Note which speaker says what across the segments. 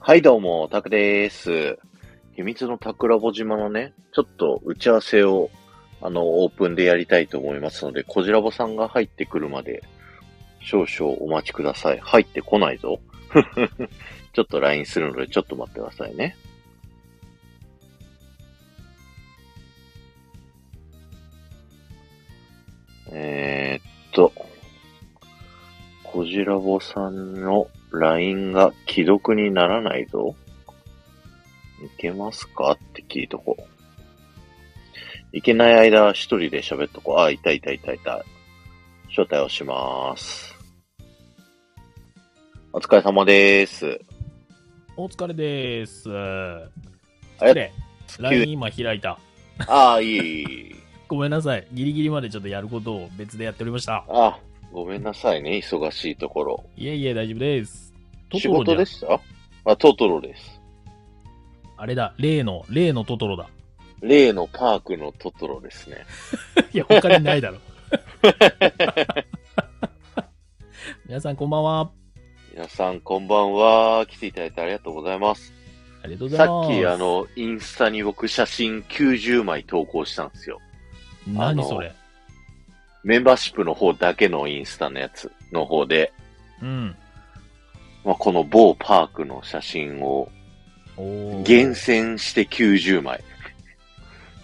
Speaker 1: はい、どうも、タクでーす。秘密のタクラボ島のね、ちょっと打ち合わせを、あの、オープンでやりたいと思いますので、コジラボさんが入ってくるまで、少々お待ちください。入ってこないぞ。 ちょっと LINE するので、ちょっと待ってくださいね。えー、っと、コジラボさんの LINE が既読にならないぞ。いけますかって聞いとこう。いけない間、一人で喋っとこう。あ、いたいたいたいた。招待をします。お疲れ様です。
Speaker 2: お疲れです。
Speaker 1: あ
Speaker 2: 失礼。LINE 今開いた。
Speaker 1: ああ、いい。
Speaker 2: ごめんなさい。ギリギリまでちょっとやることを別でやっておりました。
Speaker 1: あ、ごめんなさいね。忙しいところ。
Speaker 2: いえいえ、大丈夫です。ト
Speaker 1: 仕
Speaker 2: トロじ
Speaker 1: 事
Speaker 2: ゃ
Speaker 1: で
Speaker 2: ん。
Speaker 1: したあ、トトロです。
Speaker 2: あれだ、例の、例のトトロだ。
Speaker 1: 例のパークのトトロですね。
Speaker 2: いや、他にな いだろ。皆さんこんばんは。
Speaker 1: 皆さん、こんばんは。来ていただいてありがとうございます。
Speaker 2: ありがとうござい
Speaker 1: さ
Speaker 2: ま
Speaker 1: っ
Speaker 2: す。
Speaker 1: き、あ、の、インスタに僕写真90枚投稿したんですよ。あの
Speaker 2: 何それ。
Speaker 1: メンバーシップの方だけのインスタのやつの方で、
Speaker 2: うん。
Speaker 1: まあ、この某パークの写真を
Speaker 2: おー
Speaker 1: 厳選して90枚。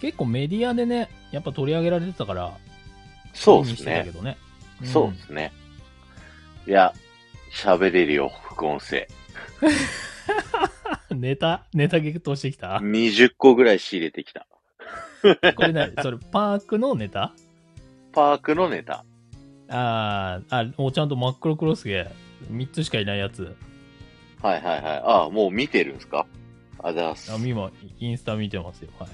Speaker 2: 結構メディアでね、やっぱ取り上げられてたから、
Speaker 1: そうです
Speaker 2: 目にして
Speaker 1: ね。
Speaker 2: たけどね。ん
Speaker 1: そうですね。いや、喋れるよ、副音声。
Speaker 2: ネタ、ネタゲットして きた。
Speaker 1: 20個ぐらい仕入れてきた。
Speaker 2: これね、それ、パークのネタ
Speaker 1: パークのネタ。
Speaker 2: あーあ、もうちゃんと真っ黒クロスゲー。3つしかいないやつ。
Speaker 1: はいはいはい。ああ、もう見てるんですかあざっす
Speaker 2: あ。今、インスタ見てますよ。はい。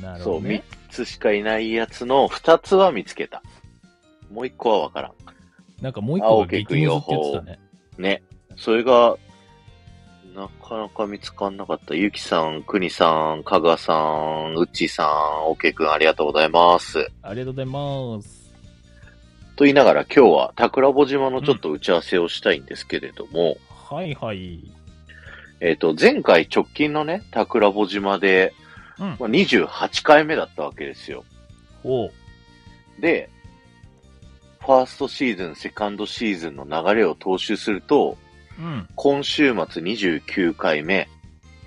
Speaker 2: なるほ
Speaker 1: そう、
Speaker 2: ど、
Speaker 1: 3
Speaker 2: ね。
Speaker 1: つしかいないやつの2つは見つけた。もう1個はわからん。
Speaker 2: なんかもう一個
Speaker 1: 青
Speaker 2: が
Speaker 1: 木
Speaker 2: 激
Speaker 1: 君
Speaker 2: ムズ
Speaker 1: 予
Speaker 2: って
Speaker 1: 報
Speaker 2: 言ってたね。
Speaker 1: ね。それが、なかなか見つかんなかった。ゆきさん、くにさん、かがさん、うっちーさん、おけくん、ありがとうございます。
Speaker 2: ありがとうございます。
Speaker 1: と言いながら今日は、桜穂島のちょっと打ち合わせをしたいんですけれども、
Speaker 2: はいはい。
Speaker 1: えっ、と、前回直近のね、桜穂島で、
Speaker 2: うん。
Speaker 1: まあ、28回目だったわけですよ。
Speaker 2: おう
Speaker 1: で、ファーストシーズン、セカンドシーズンの流れを踏襲すると、
Speaker 2: うん。
Speaker 1: 今週末29回目、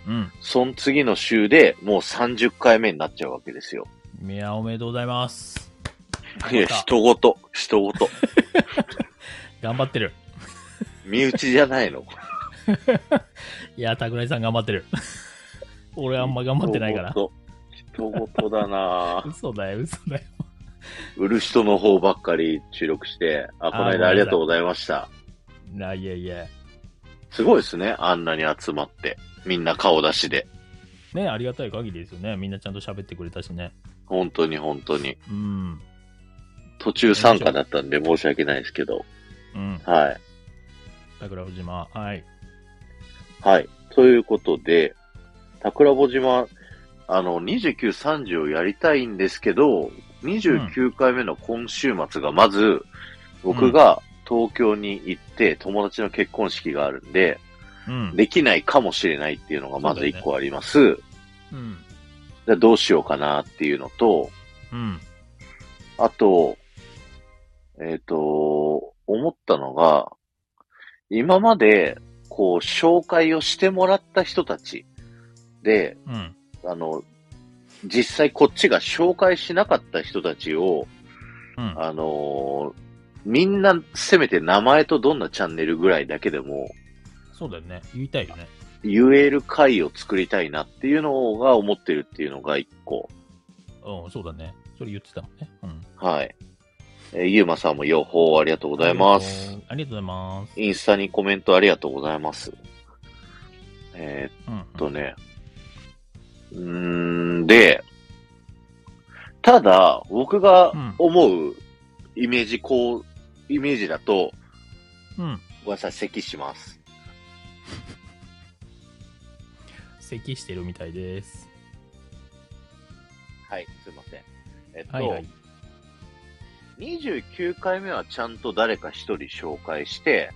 Speaker 2: うん。
Speaker 1: その次の週でもう30回目になっちゃうわけですよ。
Speaker 2: いや、おめでとうございます。
Speaker 1: いや、
Speaker 2: また
Speaker 1: 人ごと、人ご と。
Speaker 2: 頑張ってる。
Speaker 1: 身内じゃないの。
Speaker 2: いや、桜井さん頑張ってる。 俺あんま頑張ってないから。
Speaker 1: 人ごと。人ごとだなぁ
Speaker 2: 嘘だよ、嘘だよ。
Speaker 1: 売る人の方ばっかり注力して、あ、この間ありがとうございました。
Speaker 2: ないえいえ。
Speaker 1: すごいですね、あんなに集まって。みんな顔出しで。
Speaker 2: ね、ありがたい限りですよね。みんなちゃんと喋ってくれたしね。
Speaker 1: 本当に本当に。
Speaker 2: うん。
Speaker 1: 途中参加だったんで申し訳ないですけど。
Speaker 2: うん。
Speaker 1: はい。
Speaker 2: 桜穂島。はい。
Speaker 1: はい。ということで、桜穂島、あの、29、30をやりたいんですけど、29回目の今週末がまず、僕が東京に行って友達の結婚式があるんで、
Speaker 2: うん。
Speaker 1: できないかもしれないっていうのがまず1個あります。
Speaker 2: うん。
Speaker 1: じゃあどうしようかなっていうのと、
Speaker 2: うん。
Speaker 1: あと、えっ、と、思ったのが、今まで、こう、紹介をしてもらった人たちで、
Speaker 2: うん。
Speaker 1: あの、実際こっちが紹介しなかった人たちを、
Speaker 2: うん。
Speaker 1: あのーみんなせめて名前とどんなチャンネルぐらいだけでも
Speaker 2: そうだよね。言いたいよね。
Speaker 1: 言える回を作りたいなっていうのが思ってるっていうのが一個。
Speaker 2: うん、そうだね。それ言ってたもんね。うん。
Speaker 1: はい。えーゆうまさんも予報ありがとうございます。。
Speaker 2: ありがとうございます。
Speaker 1: インスタにコメントありがとうございます。えー
Speaker 2: うんうん。
Speaker 1: っとね。うーん、で、ただ、僕が思うイメージ、こう、イメージだと、
Speaker 2: うん。
Speaker 1: ごめんなさい、咳します。
Speaker 2: 咳してるみたいです。
Speaker 1: はい、すいません。えっと、
Speaker 2: はいはい。
Speaker 1: 29回目はちゃんと誰か一人紹介して、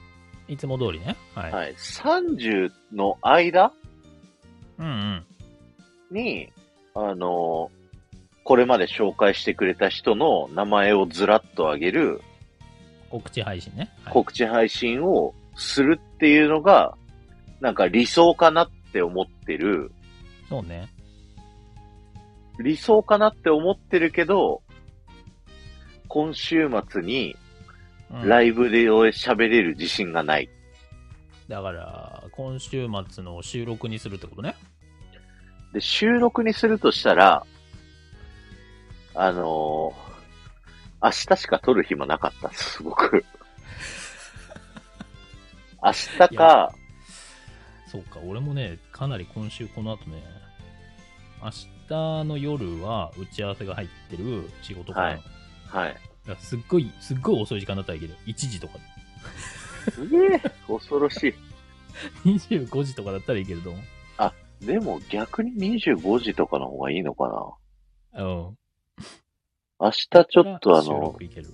Speaker 2: いつも通りね。はい。
Speaker 1: はい。30の間
Speaker 2: うんうん。
Speaker 1: に、あの、これまで紹介してくれた人の名前をずらっと上げる
Speaker 2: 告知配信ね。はい
Speaker 1: 告知配信をするっていうのが、なんか理想かなって思ってる、
Speaker 2: そうね。
Speaker 1: 理想かなって思ってるけど、今週末に
Speaker 2: うん
Speaker 1: ライブで喋れる自信がない。
Speaker 2: だから、今週末の収録にするってことね。
Speaker 1: で、収録にするとしたら、あのー明日しか撮る日もなかったっす、 僕。明日
Speaker 2: い
Speaker 1: か
Speaker 2: や、そうか、俺もね、かなり今週この後ね、明日の夜は打ち合わせが入ってる仕事から、
Speaker 1: はいはい。
Speaker 2: だからすっごい、すっごい遅い時間だったらいいけど、1時とか、
Speaker 1: すげえ、恐ろし
Speaker 2: 25時とかだったらいいけれども、
Speaker 1: い。でも逆に25時とかの方がいいのかな。
Speaker 2: うん。
Speaker 1: 明日ちょっとあ
Speaker 2: 収
Speaker 1: の、
Speaker 2: 録いける。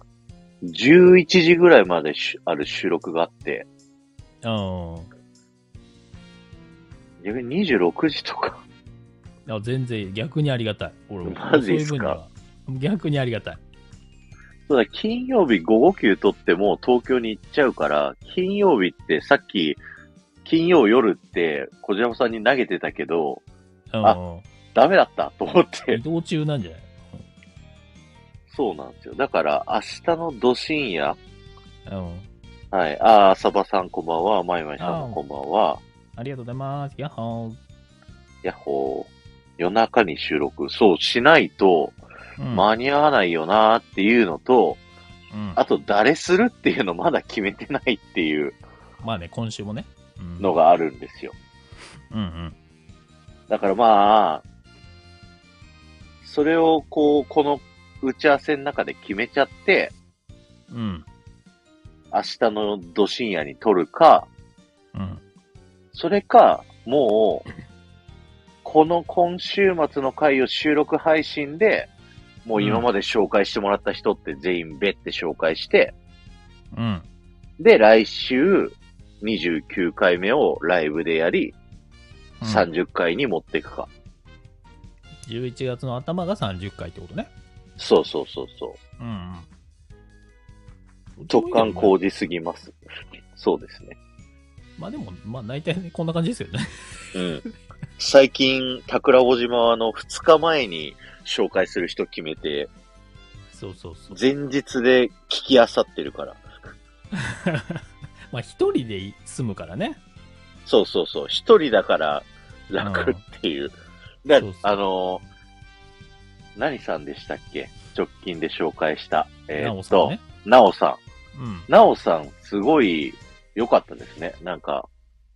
Speaker 1: 11時ぐらいまでしある収録があって、
Speaker 2: う
Speaker 1: 逆に26時とか。
Speaker 2: ん。あ全然、逆にありがたい。俺も
Speaker 1: マジっすか
Speaker 2: そういう分には逆にありがたい。
Speaker 1: そうだ、金曜日午後休取ってもう東京に行っちゃうから、金曜日ってさっき、金曜夜って小島さんに投げてたけど、
Speaker 2: うん。
Speaker 1: ダメだったと思っ
Speaker 2: 移
Speaker 1: て。
Speaker 2: 動中なんじゃない
Speaker 1: そうなんですよ。だから明日の土深夜、
Speaker 2: うん。
Speaker 1: はい、あー、サバさんこんばんは、マイマイさんもこんばんは、
Speaker 2: ありがとうございます。やっほー。
Speaker 1: ヤッホー、夜中に収録、そうしないと
Speaker 2: うん
Speaker 1: 間に合わないよなーっていうのと、
Speaker 2: うん
Speaker 1: あと誰するっていうのまだ決めてないっていう
Speaker 2: まあね、今週もね。うん
Speaker 1: のがあるんですよ。
Speaker 2: うんうん。
Speaker 1: だからまあ、それをこう、この打ち合わせの中で決めちゃって、
Speaker 2: うん。
Speaker 1: 明日のど深夜に撮るか、
Speaker 2: うん。
Speaker 1: それか、もう、この今週末の回を収録配信で、もう今まで紹介してもらった人って全員べって紹介して、
Speaker 2: うん。
Speaker 1: で、来週29回目をライブでやり、
Speaker 2: うん
Speaker 1: 30回に持っていくか。
Speaker 2: 11月の頭が30回ってことね。
Speaker 1: そうそうそうそう。
Speaker 2: うん、うん。
Speaker 1: 直感
Speaker 2: こ
Speaker 1: 工事すぎます。そうですね。
Speaker 2: う。まあでも、まあ大体ねこんな感じですよね。
Speaker 1: うん。最近、桜尾島はあの、2日前に紹介する人決めて、
Speaker 2: そうそうそう。
Speaker 1: 前日で聞きあさってるから。
Speaker 2: まあ一人で住むからね。
Speaker 1: そうそうそう。一人だから楽っていう。だ
Speaker 2: そうそう
Speaker 1: あのー何さんでしたっけ直近で紹介した。え
Speaker 2: な
Speaker 1: ー
Speaker 2: お
Speaker 1: っ
Speaker 2: さん
Speaker 1: と
Speaker 2: ね、。
Speaker 1: なおさ
Speaker 2: うん。
Speaker 1: ん。なおさん、すごい良かったですね。なんか、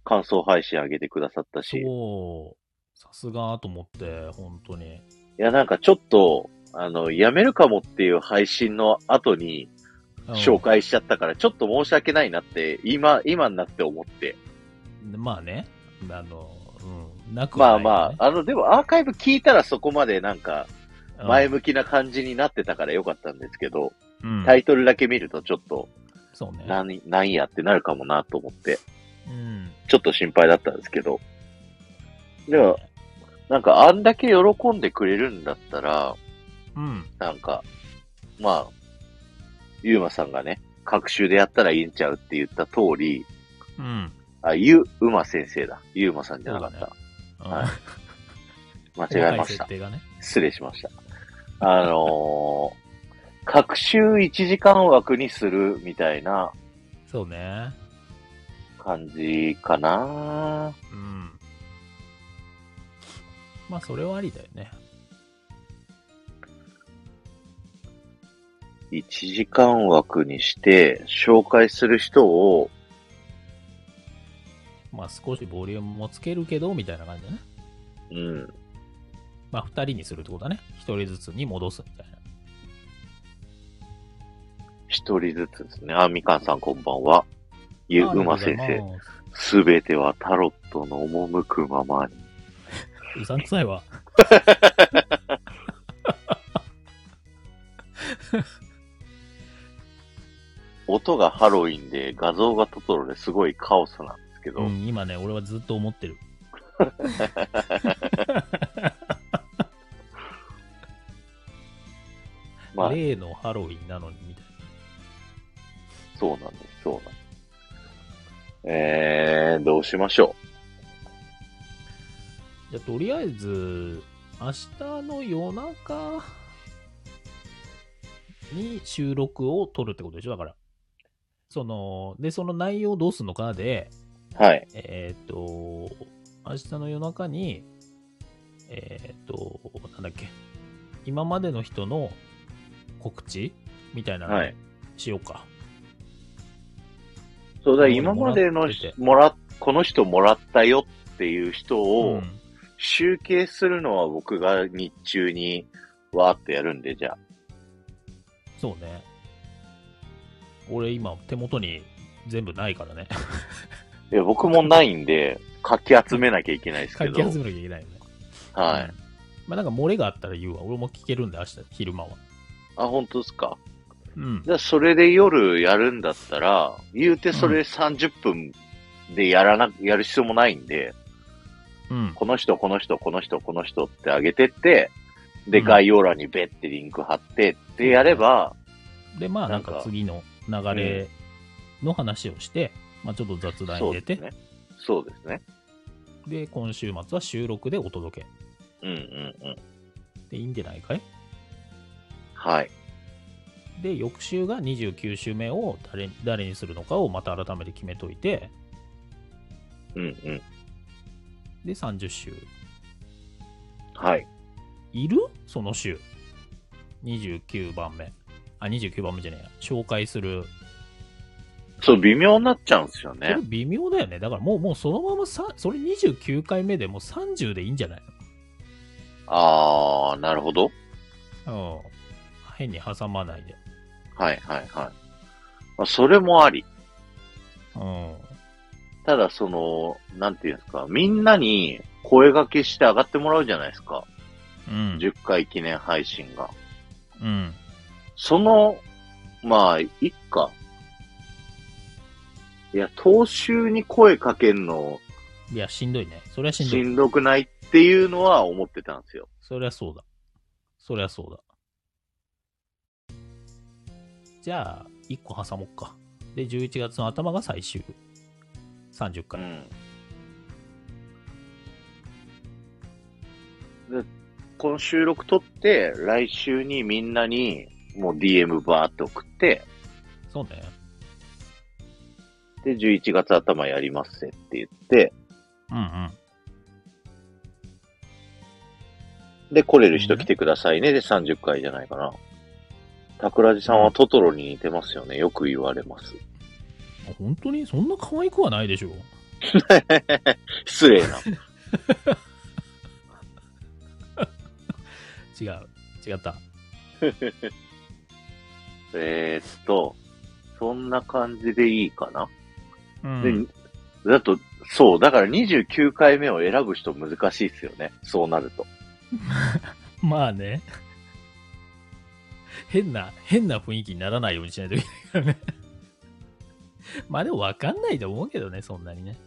Speaker 1: 感想配信上げてくださったし。
Speaker 2: そう。さすがと思って、本当に。
Speaker 1: いや、なんかちょっと、あの、やめるかもっていう配信の後に
Speaker 2: うん
Speaker 1: 紹介しちゃったから、ちょっと申し訳ないなって、今、今になって思って。
Speaker 2: まあね。あの、うん。なく
Speaker 1: ま
Speaker 2: は
Speaker 1: あ
Speaker 2: ない、ね。
Speaker 1: まあ、あの、でもアーカイブ聞いたらそこまでなんか、
Speaker 2: うん
Speaker 1: 前向きな感じになってたからよかったんですけど、
Speaker 2: うん
Speaker 1: タイトルだけ見るとちょっと、
Speaker 2: そうね。
Speaker 1: なん、なんやってなるかもなと思って、
Speaker 2: うん。
Speaker 1: ちょっと心配だったんですけど。でも、なんかあんだけ喜んでくれるんだったら、
Speaker 2: うん。
Speaker 1: なんか、まあ、ゆうまさんがね、各週でやったらいいんちゃうって言った通り、
Speaker 2: うん。
Speaker 1: あ、ゆうま先生だ。ゆうまさんじゃなかっ
Speaker 2: そう
Speaker 1: た。
Speaker 2: うん
Speaker 1: はい間違えました
Speaker 2: 細か設。定がね。
Speaker 1: 失礼しました。あのー、各週1時間枠にするみたいな
Speaker 2: そうね。
Speaker 1: 感じかな
Speaker 2: うん。まあ、それはありだよね。
Speaker 1: 1時間枠にして、紹介する人を、
Speaker 2: まあ、少しボリュームもつけるけど、みたいな感じだね。
Speaker 1: うん、
Speaker 2: まあ、二人にするってことだね。一人ずつに戻すみたいな。
Speaker 1: 一人ずつですね。あ、みかんさんこんばんは。ゆうま先生。
Speaker 2: 生。
Speaker 1: すべてはタロットの赴くままに。
Speaker 2: うさんくさいわ。
Speaker 1: 音がハロウィンで、画像がトトロですごいカオスなんですけど、
Speaker 2: うん、今ね、俺はずっと思ってる。
Speaker 1: まあ、
Speaker 2: 例のハロウィンなのに、みたい
Speaker 1: そうなんです、そうなんです。えー、どうしましょ
Speaker 2: な。じゃあ、とりあえず、明日の夜中に収録を撮るってことでしょだから。その、で、その内容をどうするのかで、
Speaker 1: う。はい。
Speaker 2: えーっ、と、明日の夜中に、えーっ、と、なんだっけ、今までの人の告知みたいなの
Speaker 1: はい。
Speaker 2: しようか。
Speaker 1: そうだ、今までの
Speaker 2: もらってて
Speaker 1: もら、この人もらったよっていう人を、
Speaker 2: うん
Speaker 1: 集計するのは僕が日中にわーっとやるんで、じゃあ。
Speaker 2: そうね。俺今手元に全部ない からね。
Speaker 1: いや、僕もないんで、かき集めなきゃいけないです
Speaker 2: 書
Speaker 1: け
Speaker 2: き
Speaker 1: ど。
Speaker 2: 集めなきゃいけないよね。
Speaker 1: は
Speaker 2: うん
Speaker 1: い。
Speaker 2: まあなんか漏れがあったら言うわ。俺も聞けるんで明日、昼間は。
Speaker 1: あ、本当ですか。
Speaker 2: うん。
Speaker 1: じゃあ、それで夜やるんだったら、言うてそれ30分でやらな、やる必要もないんで、
Speaker 2: うん。
Speaker 1: この人、この人、この人、この人ってあげてって、で、
Speaker 2: うん
Speaker 1: 概要欄にべってリンク貼ってってやれば、
Speaker 2: で、まあなん
Speaker 1: なん
Speaker 2: か
Speaker 1: か
Speaker 2: 次の流れの話をして、まあちょっと雑談
Speaker 1: そ
Speaker 2: 入
Speaker 1: う
Speaker 2: れ
Speaker 1: で
Speaker 2: て、
Speaker 1: すね。そうですね。
Speaker 2: で、今週末は収録でお届け。
Speaker 1: うんうんうん。
Speaker 2: で、いいんじゃないかい
Speaker 1: はい。
Speaker 2: で、翌週が29週目を誰誰にするのかをまた改めて決めといて、
Speaker 1: うんうん。
Speaker 2: で、30週。
Speaker 1: はい。
Speaker 2: いるその週。29番目。あ、29番目じゃねえや。紹介する。
Speaker 1: そう、微妙になっちゃうんですよ
Speaker 2: こ
Speaker 1: ね
Speaker 2: れ。微妙だよね。だからもう、もうそのままさ、それ29回目でもう30でいいんじゃない
Speaker 1: あー、なるほど。
Speaker 2: のうん。変に挟まないで。
Speaker 1: はいはいはい。まあ、それもあり。
Speaker 2: うん。
Speaker 1: ただ、その、なんていうんですか、みんなに声掛けして上がってもらうじゃないですか。
Speaker 2: うん。
Speaker 1: 10回記念配信が。
Speaker 2: うん。
Speaker 1: その、まあ、いっか。いや、当週に声かけんの
Speaker 2: いや、しんどいね。そりゃしんど
Speaker 1: し
Speaker 2: い。
Speaker 1: んどくないっていうのは思ってたんですよ。
Speaker 2: そりゃそうだ。そりゃそうだ。じゃあ、1個挟もっか。で、11月の頭が最終。30
Speaker 1: う
Speaker 2: 回。
Speaker 1: ん。で、この収録撮って、来週にみんなに、もう DM バーって送って、
Speaker 2: そうね。
Speaker 1: で、11月頭やりますねって言って、
Speaker 2: うんうん。
Speaker 1: で、来れる人来てくださいね。で、30回じゃないかな。桜地さんはトトロに似てますよね。よく言われます。
Speaker 2: 本当にそんな可愛くはないでしょ。
Speaker 1: 失礼 な。
Speaker 2: 違う。違った。
Speaker 1: えーっと、そんな感じでいいかな。
Speaker 2: うん
Speaker 1: で、だと、そう、だから29回目を選ぶ人難しいですよね。そうなると。
Speaker 2: まあね。 変な、変な雰囲気にならないようにしないといけないからね。 まあでも分かんないと思うけどね、そんなにね。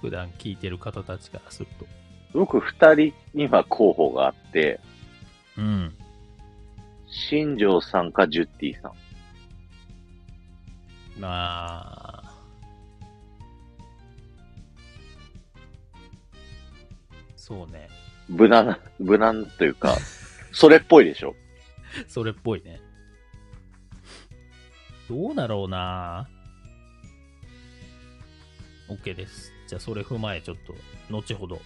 Speaker 2: 普段聞いてる方たちからすると。
Speaker 1: 僕2人には候補があって、
Speaker 2: うん。
Speaker 1: 新庄さんかジュッティさん。
Speaker 2: まあ。そうね。
Speaker 1: 無難な、無難という か、それっぽいでしょ。
Speaker 2: それっぽいね。どうだろうな OK です。じゃあ、それ踏まえ、ちょっと、後ほ ど、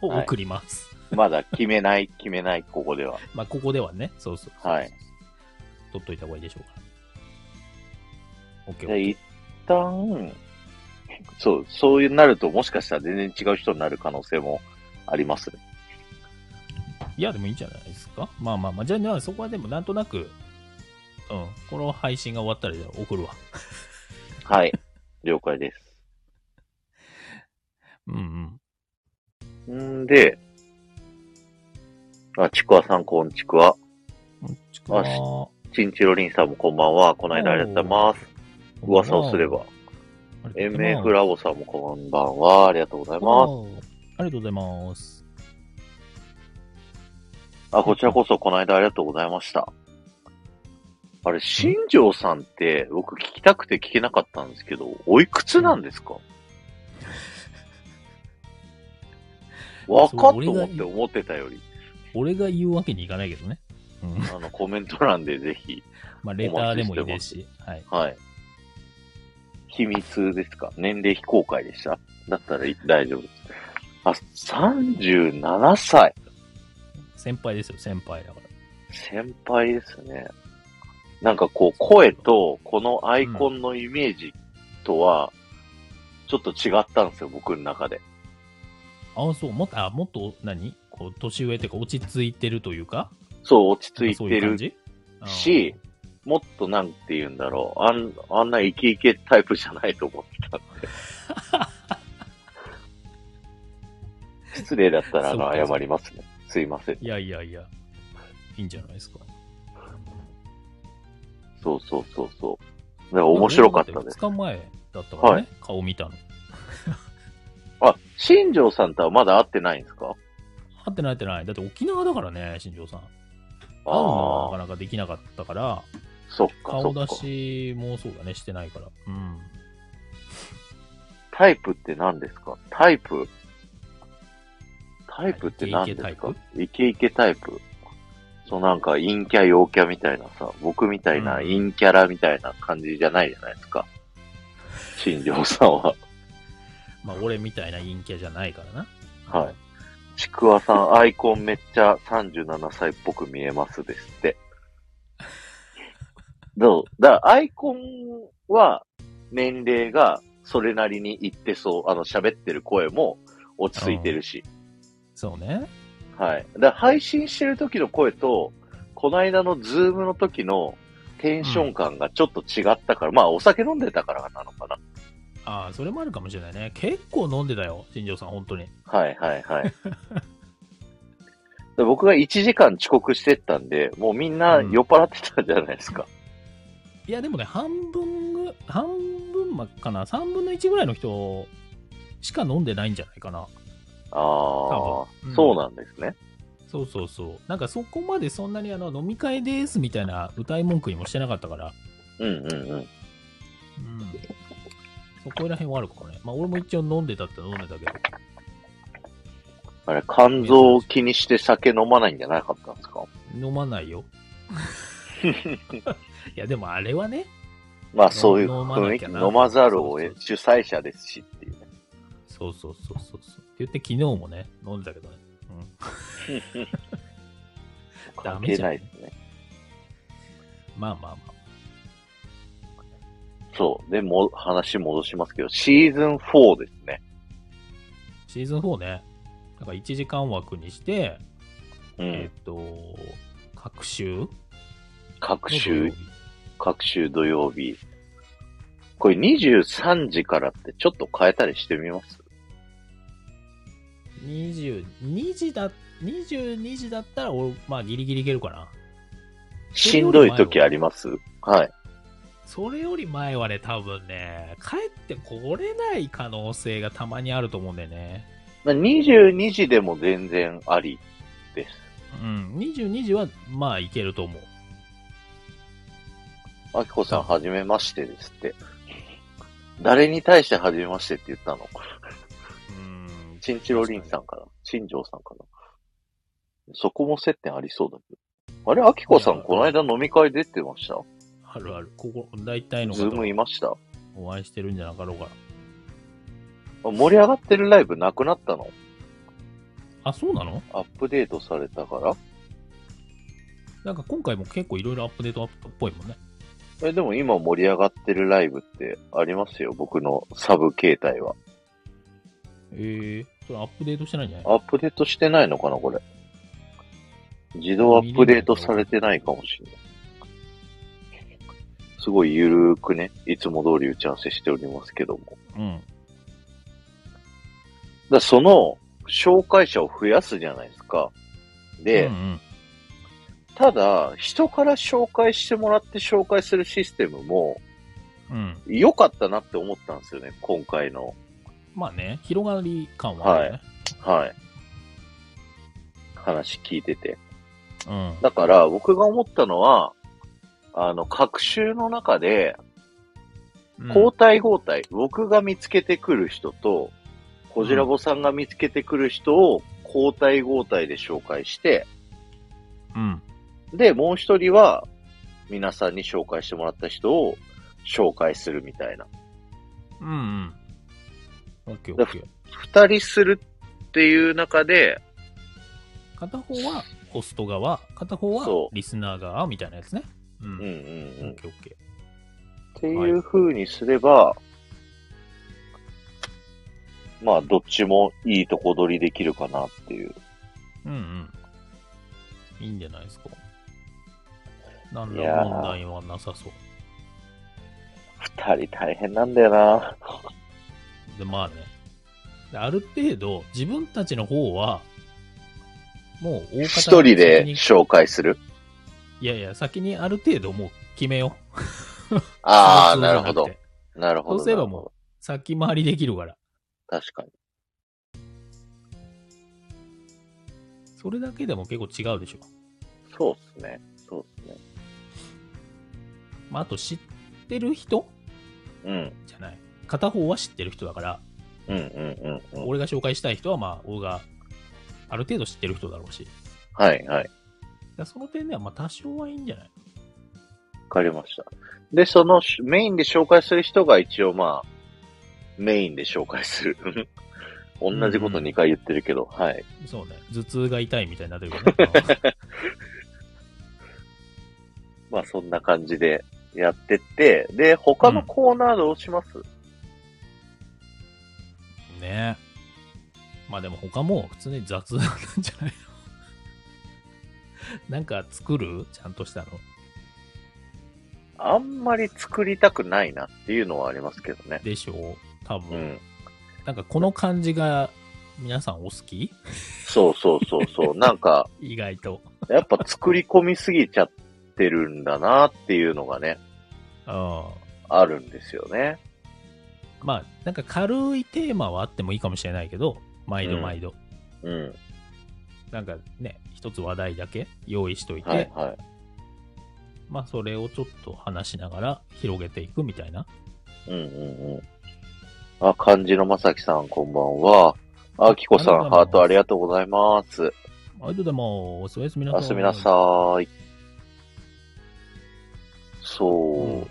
Speaker 1: はい
Speaker 2: 送ります。
Speaker 1: まだ決めない、決めない、ここでは。
Speaker 2: まあ、ここではね、そうそうそう
Speaker 1: はい。
Speaker 2: 取っといた方がいいでしょうか。
Speaker 1: じゃあ
Speaker 2: OK。
Speaker 1: 一旦、そう、そういうなると、もしかしたら全然違う人になる可能性もありますね。
Speaker 2: いや、でもいいんじゃないですか。まあまあまあ、じゃあ、そこはでも、なんとなく、うん、この配信が終わったら、じゃあ送るわ。
Speaker 1: はい。 了解です。
Speaker 2: うんうん。
Speaker 1: んで、あ、ちくわさん、こんちくわ。
Speaker 2: こんちくわ
Speaker 1: あしチンチロリンさんもこんばんは。この間ありがとうございます。噂をすれば。MF ラボさんもこんばんは。ありがとうございます。
Speaker 2: す。ありがとうございます。
Speaker 1: あ、こちらこそこの間ありがとうございました。あれ、新庄さんって僕聞きたくて聞けなかったんですけど、おいくつなんですか若っと思って思ってたより、
Speaker 2: 俺が言うわけにいかないけどね。うん。
Speaker 1: あの、コメント欄でぜひ、
Speaker 2: まあ、レターでもいいですし。はい。
Speaker 1: はい。秘密ですか年齢非公開でした。だったらい大丈夫です。あ、37歳。
Speaker 2: 先輩ですよ、先輩だから。
Speaker 1: 先輩ですね。なんかこう、声と、このアイコンのイメージとは、ちょっと違ったんですよ、僕の中で。
Speaker 2: あ、そう、もっと、あ、もっと何、こう、年上っていうか、落ち着いてるというか、
Speaker 1: そう、落ち着い
Speaker 2: そう
Speaker 1: て
Speaker 2: う感
Speaker 1: る。
Speaker 2: じ
Speaker 1: し、もっとなんて言うんだろう。あん、あんなイケイケタイプじゃないと思ってたん で。失礼だったら、あ
Speaker 2: そうか
Speaker 1: の、謝りますね。すいません
Speaker 2: うん。いやいやいや、いいんじゃないですか。
Speaker 1: そうそうそうそう。でも面白かったです。
Speaker 2: 2日前だったからね、
Speaker 1: はい
Speaker 2: 顔見たの。
Speaker 1: あ、新庄さんとはまだ会ってないんですか
Speaker 2: 会ってない会ってない。だって沖縄だからね、新庄さん。会うのは
Speaker 1: ああ
Speaker 2: なかなかできなかったから、
Speaker 1: ー、そっか、そ
Speaker 2: 顔
Speaker 1: っか
Speaker 2: 出。しもそうだね、してないから。うん。
Speaker 1: タイプって何ですかタイプタイプって何です
Speaker 2: イケイケタ
Speaker 1: か
Speaker 2: イ
Speaker 1: イケイケタイプそうなんか陰キャ陽キャみたいなさ、僕みたいな
Speaker 2: うん
Speaker 1: 陰キャラみたいな感じじゃないじゃないですか。新庄さんは。
Speaker 2: まあ、俺みたいな陰キャじゃないからな。
Speaker 1: はい。ちくわさん、アイコンめっちゃ37歳っぽく見えますですって。どうだからアイコンは年齢がそれなりにいってそう。あの喋ってる声も落ち着いてるし。
Speaker 2: そうね。
Speaker 1: はい。だから配信してる時の声と、この間のズームの時のテンション感がちょっと違ったから、まあお酒飲んでたからなのかな。
Speaker 2: ああ、それもあるかもしれないね。結構飲んでたよ、新庄さん、本当に。
Speaker 1: はいはいはい。で僕が1時間遅刻してったんで、もうみんな酔っ払ってたんじゃないですか。
Speaker 2: いや、でもね、半分ぐ、半分まかな、3分の1ぐらいの人しか飲んでないんじゃないかな。
Speaker 1: ああ、
Speaker 2: 分うん
Speaker 1: そうなんですね。
Speaker 2: そうそうそう。なんかそこまでそんなにあの飲み会ですみたいな歌い文句にもしてなかったから、
Speaker 1: うんうんうん。
Speaker 2: うん。そこら辺はあるかもね。まあ俺も一応飲んでたって飲んでたけど、
Speaker 1: あれ、肝臓を気にして酒飲まないんじゃなかったんですか
Speaker 2: 飲まない よ。いや、でもあれはね、
Speaker 1: まあそういう
Speaker 2: 飲まな
Speaker 1: 雰囲
Speaker 2: き
Speaker 1: 気、
Speaker 2: ゃ
Speaker 1: 飲
Speaker 2: な
Speaker 1: まざるを
Speaker 2: そう
Speaker 1: 得
Speaker 2: そ、う
Speaker 1: 主催者ですしっていうね。
Speaker 2: そうそうそうそうそう。って言って昨日もね、飲んでたけどね。うん。ダ
Speaker 1: 関
Speaker 2: メ
Speaker 1: 係
Speaker 2: じゃん
Speaker 1: ないですね。
Speaker 2: まあまあまあ。
Speaker 1: そう。で、も、話戻しますけど、シーズン4ですね。
Speaker 2: シーズン4ね、なんか1時間枠にして、
Speaker 1: う
Speaker 2: え
Speaker 1: ん。
Speaker 2: っと、各週
Speaker 1: 各
Speaker 2: の
Speaker 1: 週
Speaker 2: 土曜、日
Speaker 1: 各週土曜日。これ23時からってちょっと変えたりしてみます
Speaker 2: 22時だ、22時だったら、俺、まあ、ギリギリいけるかな。
Speaker 1: しんどい時ありますはい。
Speaker 2: それより前はね、多分ね、帰ってこれない可能性がたまにあると思うんだよね。
Speaker 1: まあ22時でも全然ありです。
Speaker 2: うん、22時は、まあ、いけると思う。
Speaker 1: あきこさん、
Speaker 2: そう
Speaker 1: はじめましてですって。誰に対してはじめましてって言ったの
Speaker 2: うん、
Speaker 1: チンチロリンさんかな新庄さんかなそこも接点ありそうだけど。あれ、あきこさ
Speaker 2: い
Speaker 1: ん、
Speaker 2: や
Speaker 1: この間飲み会出てました
Speaker 2: あるある。ここ、大体の
Speaker 1: ズ
Speaker 2: 方
Speaker 1: ームいました
Speaker 2: お会いしてるんじゃなかろうか。
Speaker 1: 盛り上がってるライブなくなったの
Speaker 2: あ、そうなの
Speaker 1: アップデートされたから
Speaker 2: なんか今回も結構いろいろアップデートアップっぽいもんね。
Speaker 1: え、でも今盛り上がってるライブってありますよ、僕のサブ形態は。
Speaker 2: ええそれアップデートしてないんじゃない
Speaker 1: アップデートしてないのかな、これ。自動アップデートされてないかもしれない。すごいゆるーくね、いつも通り打ち合わせしておりますけども。だか
Speaker 2: うん。
Speaker 1: らその、紹介者を増やすじゃないですか。で、
Speaker 2: うんうん
Speaker 1: ただ、人から紹介してもらって紹介するシステムも
Speaker 2: うん。
Speaker 1: 良かったなって思ったんですよね、今回の。
Speaker 2: まあね、広がり感はあるよね。
Speaker 1: はい。話聞いてて。
Speaker 2: うん。
Speaker 1: だから、僕が思ったのは、あの、学習の中で、
Speaker 2: うん
Speaker 1: 交代交代、僕が見つけてくる人と、こじらぼさんが見つけてくる人を交代交代で紹介して、
Speaker 2: うん。
Speaker 1: で、もう一人は、皆さんに紹介してもらった人を紹介するみたいな。
Speaker 2: うんうん。オッケーオッケー。
Speaker 1: 二人するっていう中で、
Speaker 2: 片方はホスト側、片方は
Speaker 1: そう
Speaker 2: リスナー側みたいなやつね。う
Speaker 1: うんうんう
Speaker 2: ん。オ
Speaker 1: ん
Speaker 2: ッ。ケーオッケ
Speaker 1: っていう風にすれば、まあ、どっちもいいとこ取りできるかなっていう。
Speaker 2: ー。うんうん。いいんじゃないですか。なん
Speaker 1: いや
Speaker 2: ら
Speaker 1: ー
Speaker 2: 問題はなさそう。
Speaker 1: 二人大変なんだよな。
Speaker 2: で、まあね。である程度、自分たちの方は、もう大方
Speaker 1: 一人で
Speaker 2: 先に
Speaker 1: 紹介する。
Speaker 2: いやいや、先にある程度もう決めよう。
Speaker 1: ああ、
Speaker 2: そう
Speaker 1: な
Speaker 2: じ
Speaker 1: る
Speaker 2: ゃ
Speaker 1: ほ
Speaker 2: くて
Speaker 1: ど。なるほど。
Speaker 2: そうすればも先回りできるから。
Speaker 1: なるほど。確かに。
Speaker 2: それだけでも結構違うでしょ。
Speaker 1: そうっすね。そうっすね。
Speaker 2: まあ、あと知ってる人
Speaker 1: うん。
Speaker 2: じゃない。片方は知ってる人だから、
Speaker 1: うんうんうんうん。
Speaker 2: 俺が紹介したい人は、まあ、俺がある程度知ってる人だろうし。だか
Speaker 1: はいはい。
Speaker 2: らその点では、まあ、多少はいいんじゃない
Speaker 1: わかりました。で、そのしメインで紹介する人が一応まあ、メインで紹介する。同じこと2回言ってるけど、はい。
Speaker 2: そうね。頭痛が痛いみたいになってるけど ね。
Speaker 1: まあそんな感じでやってって、で、他のコーナーどうします、
Speaker 2: うんねまあでも他も普通に雑なんじゃないのなんか作るちゃんとしたの。
Speaker 1: あんまり作りたくないなっていうのはありますけどね。
Speaker 2: でしょう多
Speaker 1: う
Speaker 2: 分、
Speaker 1: ん。
Speaker 2: なんかこの感じが皆さんお好き
Speaker 1: そうそうそう そう。なんか、
Speaker 2: 意外と。
Speaker 1: やっぱ作り込みすぎちゃってるんだなっていうのがね、
Speaker 2: うん。
Speaker 1: あるんですよね。
Speaker 2: まあ、なんか軽いテーマはあってもいいかもしれないけど、毎度毎度。
Speaker 1: うん。
Speaker 2: なんかね、一つ話題だけ用意しといて、
Speaker 1: はいはい。
Speaker 2: まあそれをちょっと話しながら広げていくみたいな。
Speaker 1: うんうんうん。あ、漢字のまさきさん、こんばんは。あ、きこさん、ハートありがとうございます。
Speaker 2: ありがとうございます。おやすみなさ
Speaker 1: お
Speaker 2: い。
Speaker 1: やすみなさーい。そ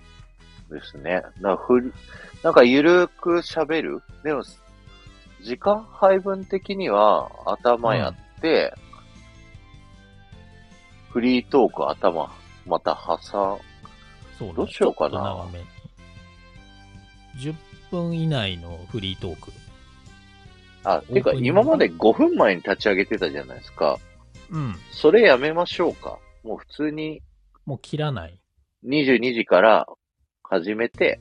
Speaker 1: うですね。なんかふり、なんかゆるく喋るでも、時間配分的には頭やって、フリートーク頭、また挟ん、
Speaker 2: そうね
Speaker 1: どうしようかな
Speaker 2: ちょっと長めに。10分以内のフリートーク。
Speaker 1: あ、てか
Speaker 2: オープニング
Speaker 1: 今まで5分前に立ち上げてたじゃないですか。
Speaker 2: うん。
Speaker 1: それやめましょうか。もう普通に
Speaker 2: もう切らない。
Speaker 1: 22時から始めて、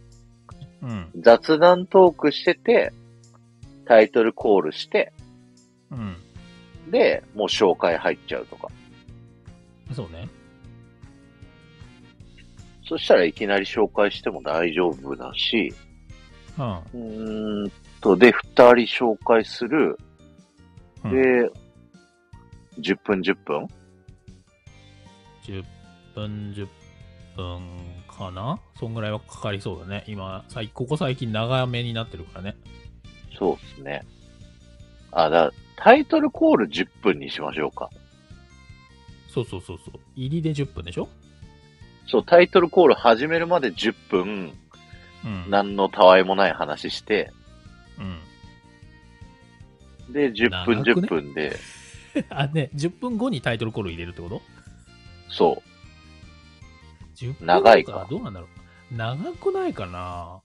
Speaker 2: うん。
Speaker 1: 雑談トークしてて、タイトルコールして、
Speaker 2: うん。
Speaker 1: で、もう紹介入っちゃうとか。
Speaker 2: そうね。
Speaker 1: そしたらいきなり紹介しても大丈夫だし、
Speaker 2: うん。
Speaker 1: うーんと、で、二人紹介する。
Speaker 2: う
Speaker 1: で、
Speaker 2: ん
Speaker 1: 10分10分
Speaker 2: 10分、10分かなそんぐらいはかかりそうだね。今、さいここ最近長めになってるからね。
Speaker 1: そうですね。あ、だ、タイトルコール10分にしましょうか。
Speaker 2: そうそうそうそう。入りで10分でしょ
Speaker 1: そう、タイトルコール始めるまで10分、
Speaker 2: うん。
Speaker 1: 何のたわいもない話して、
Speaker 2: うん。
Speaker 1: で、10分
Speaker 2: 長くね
Speaker 1: 10分で、
Speaker 2: あ、ね、10分後にタイトルコール入れるってこと
Speaker 1: そう、
Speaker 2: 10分
Speaker 1: 長いか
Speaker 2: 後どうなんだろう。長くないかな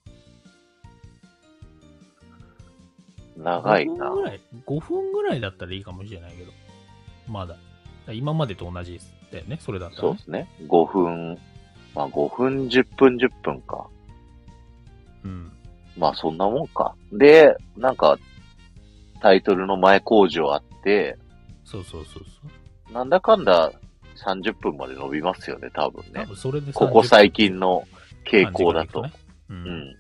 Speaker 1: 長いな
Speaker 2: 5分。ぐらい、5分ぐらいだったらいいかもしれないけど。まだ。だから今までと同じですだよね、それだったら
Speaker 1: そう
Speaker 2: ね、
Speaker 1: ですね。5分、まあ5分、10分、10分か。
Speaker 2: うん。
Speaker 1: まあそんなもんか。で、なんか、タイトルの前工場あって、
Speaker 2: そうそうそうそう。
Speaker 1: なんだかんだ30分まで伸びますよね、多分
Speaker 2: 多
Speaker 1: ね。
Speaker 2: 分それで
Speaker 1: ここ最近
Speaker 2: の
Speaker 1: の傾向だと。
Speaker 2: う。
Speaker 1: うんん。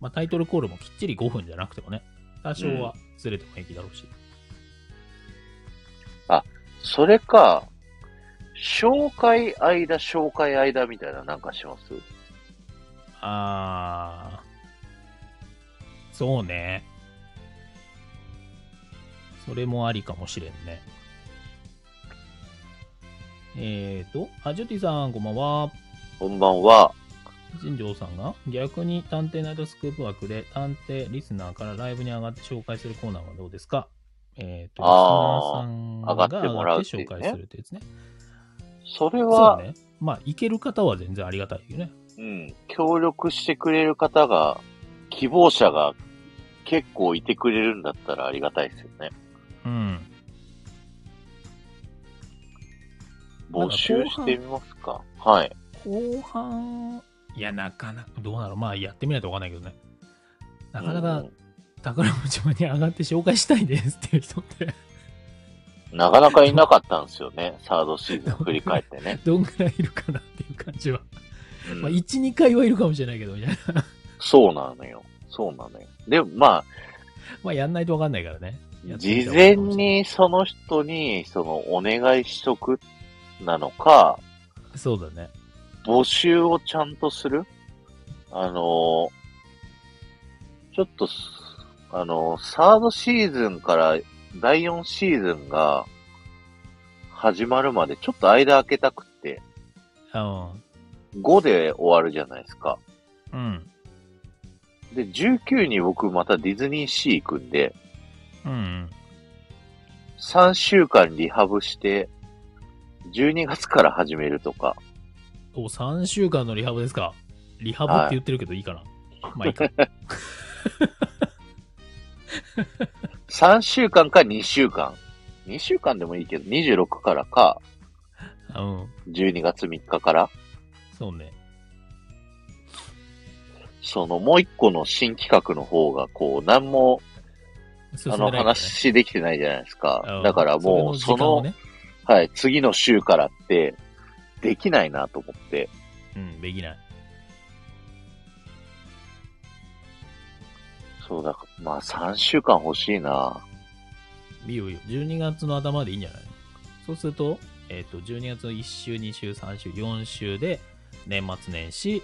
Speaker 2: まあタイトルコールもきっちり5分じゃなくてもね、多少はずれても平気だろうし。
Speaker 1: それか、紹介間、紹介間みたいななんかします
Speaker 2: あー。そうね。それもありかもしれんね。えーと、あ、ジュティさん、こんばんは。
Speaker 1: こんばんは。
Speaker 2: 新庄さんが逆に探偵ナイトスクープ枠で探偵リスナーからライブに上がって紹介するコーナーはどうですかえっ、と、リスナー
Speaker 1: あ
Speaker 2: さん
Speaker 1: ー
Speaker 2: が
Speaker 1: 上がってもらうっていうね
Speaker 2: 上がって紹介するってやつね。
Speaker 1: それ
Speaker 2: そう
Speaker 1: は、
Speaker 2: ね。まあ、行ける方は全然ありがたいよね。
Speaker 1: うん、協力してくれる方が、希望者が結構いてくれるんだったらありがたいですよね。
Speaker 2: うん。
Speaker 1: 募集してみますかはい。
Speaker 2: 後半、いや、なかなか、どうなのまあ、やってみないとわかんないけどね。なかなか宝島に上がって紹介したいですっていう人って、
Speaker 1: うんなかなかいなかったんですよね。サードシーズン振り返って ね。
Speaker 2: どんぐらいいるかなっていう感じは。
Speaker 1: うん
Speaker 2: まあ、1、2回はいるかもしれないけど、みたいな。
Speaker 1: そうなのよ。そうなのよ。でもま
Speaker 2: まあ、やんないとわかんないからね。や
Speaker 1: あ、
Speaker 2: ってみ
Speaker 1: 事
Speaker 2: た方がい
Speaker 1: 前
Speaker 2: いかもしれない
Speaker 1: にその人に、その、お願いしとくなのか、
Speaker 2: そうだね。
Speaker 1: 募集をちゃんとするあのーちょっとす、あのーサードシーズンから第4シーズンが始まるまでちょっと間空けたくって、5で終わるじゃないですか。
Speaker 2: うん。うん。
Speaker 1: で、19に僕またディズニーシー行くんで、
Speaker 2: うん。
Speaker 1: 3週間リハブして、12月から始めるとか。
Speaker 2: お、3週間のリハブですか。リハブって言ってるけどいいかな。まあい いか。
Speaker 1: 3週間か2週間。2週間でもいいけど、26からか、
Speaker 2: うん。
Speaker 1: 12月3日から。
Speaker 2: そうね。
Speaker 1: そのもう一個の新企画の方が、こう、何も、
Speaker 2: 進
Speaker 1: あ
Speaker 2: ん
Speaker 1: の、
Speaker 2: でないからね
Speaker 1: 話できてないじゃないです
Speaker 2: う
Speaker 1: か
Speaker 2: ん。
Speaker 1: だからもう、
Speaker 2: そ
Speaker 1: そ
Speaker 2: れの時間を
Speaker 1: の、
Speaker 2: ね。
Speaker 1: はい、次の週からって、できないなと思って。
Speaker 2: うん、できない。
Speaker 1: そうだ、まあ3週間欲しいな。
Speaker 2: いいよいいよ。12月の頭でいいんじゃないそうすると、えっ、と、12月の1週、2週、3週、4週で、年末年始、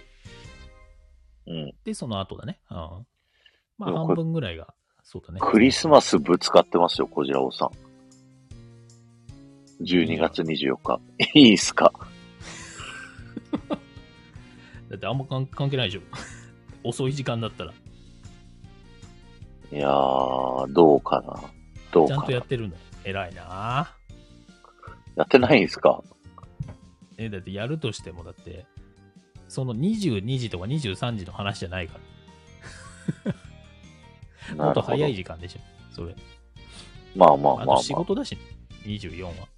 Speaker 1: うん。
Speaker 2: で、その後だね。うん。ま
Speaker 1: で
Speaker 2: あ、
Speaker 1: もこ
Speaker 2: 半
Speaker 1: れ
Speaker 2: 分ぐらいが、そうだね。
Speaker 1: クリスマスぶつかってますよ、こちらおさん。12月24日。いいっすか
Speaker 2: だってあんま関関係ないでしょ。 遅い時間だったら。
Speaker 1: いやー、どうかな。どう
Speaker 2: ちゃん
Speaker 1: か
Speaker 2: と
Speaker 1: な。
Speaker 2: や
Speaker 1: や
Speaker 2: ってるんだよ。偉いなあ
Speaker 1: ってないんすか
Speaker 2: え、だってやるとしても、だって、その22時とか23時の話じゃないから。も
Speaker 1: な
Speaker 2: っ
Speaker 1: る
Speaker 2: と
Speaker 1: ほど
Speaker 2: 早い時間でしょ。それ。
Speaker 1: まあまあま
Speaker 2: あ
Speaker 1: あまあ
Speaker 2: と。仕事だし、24は。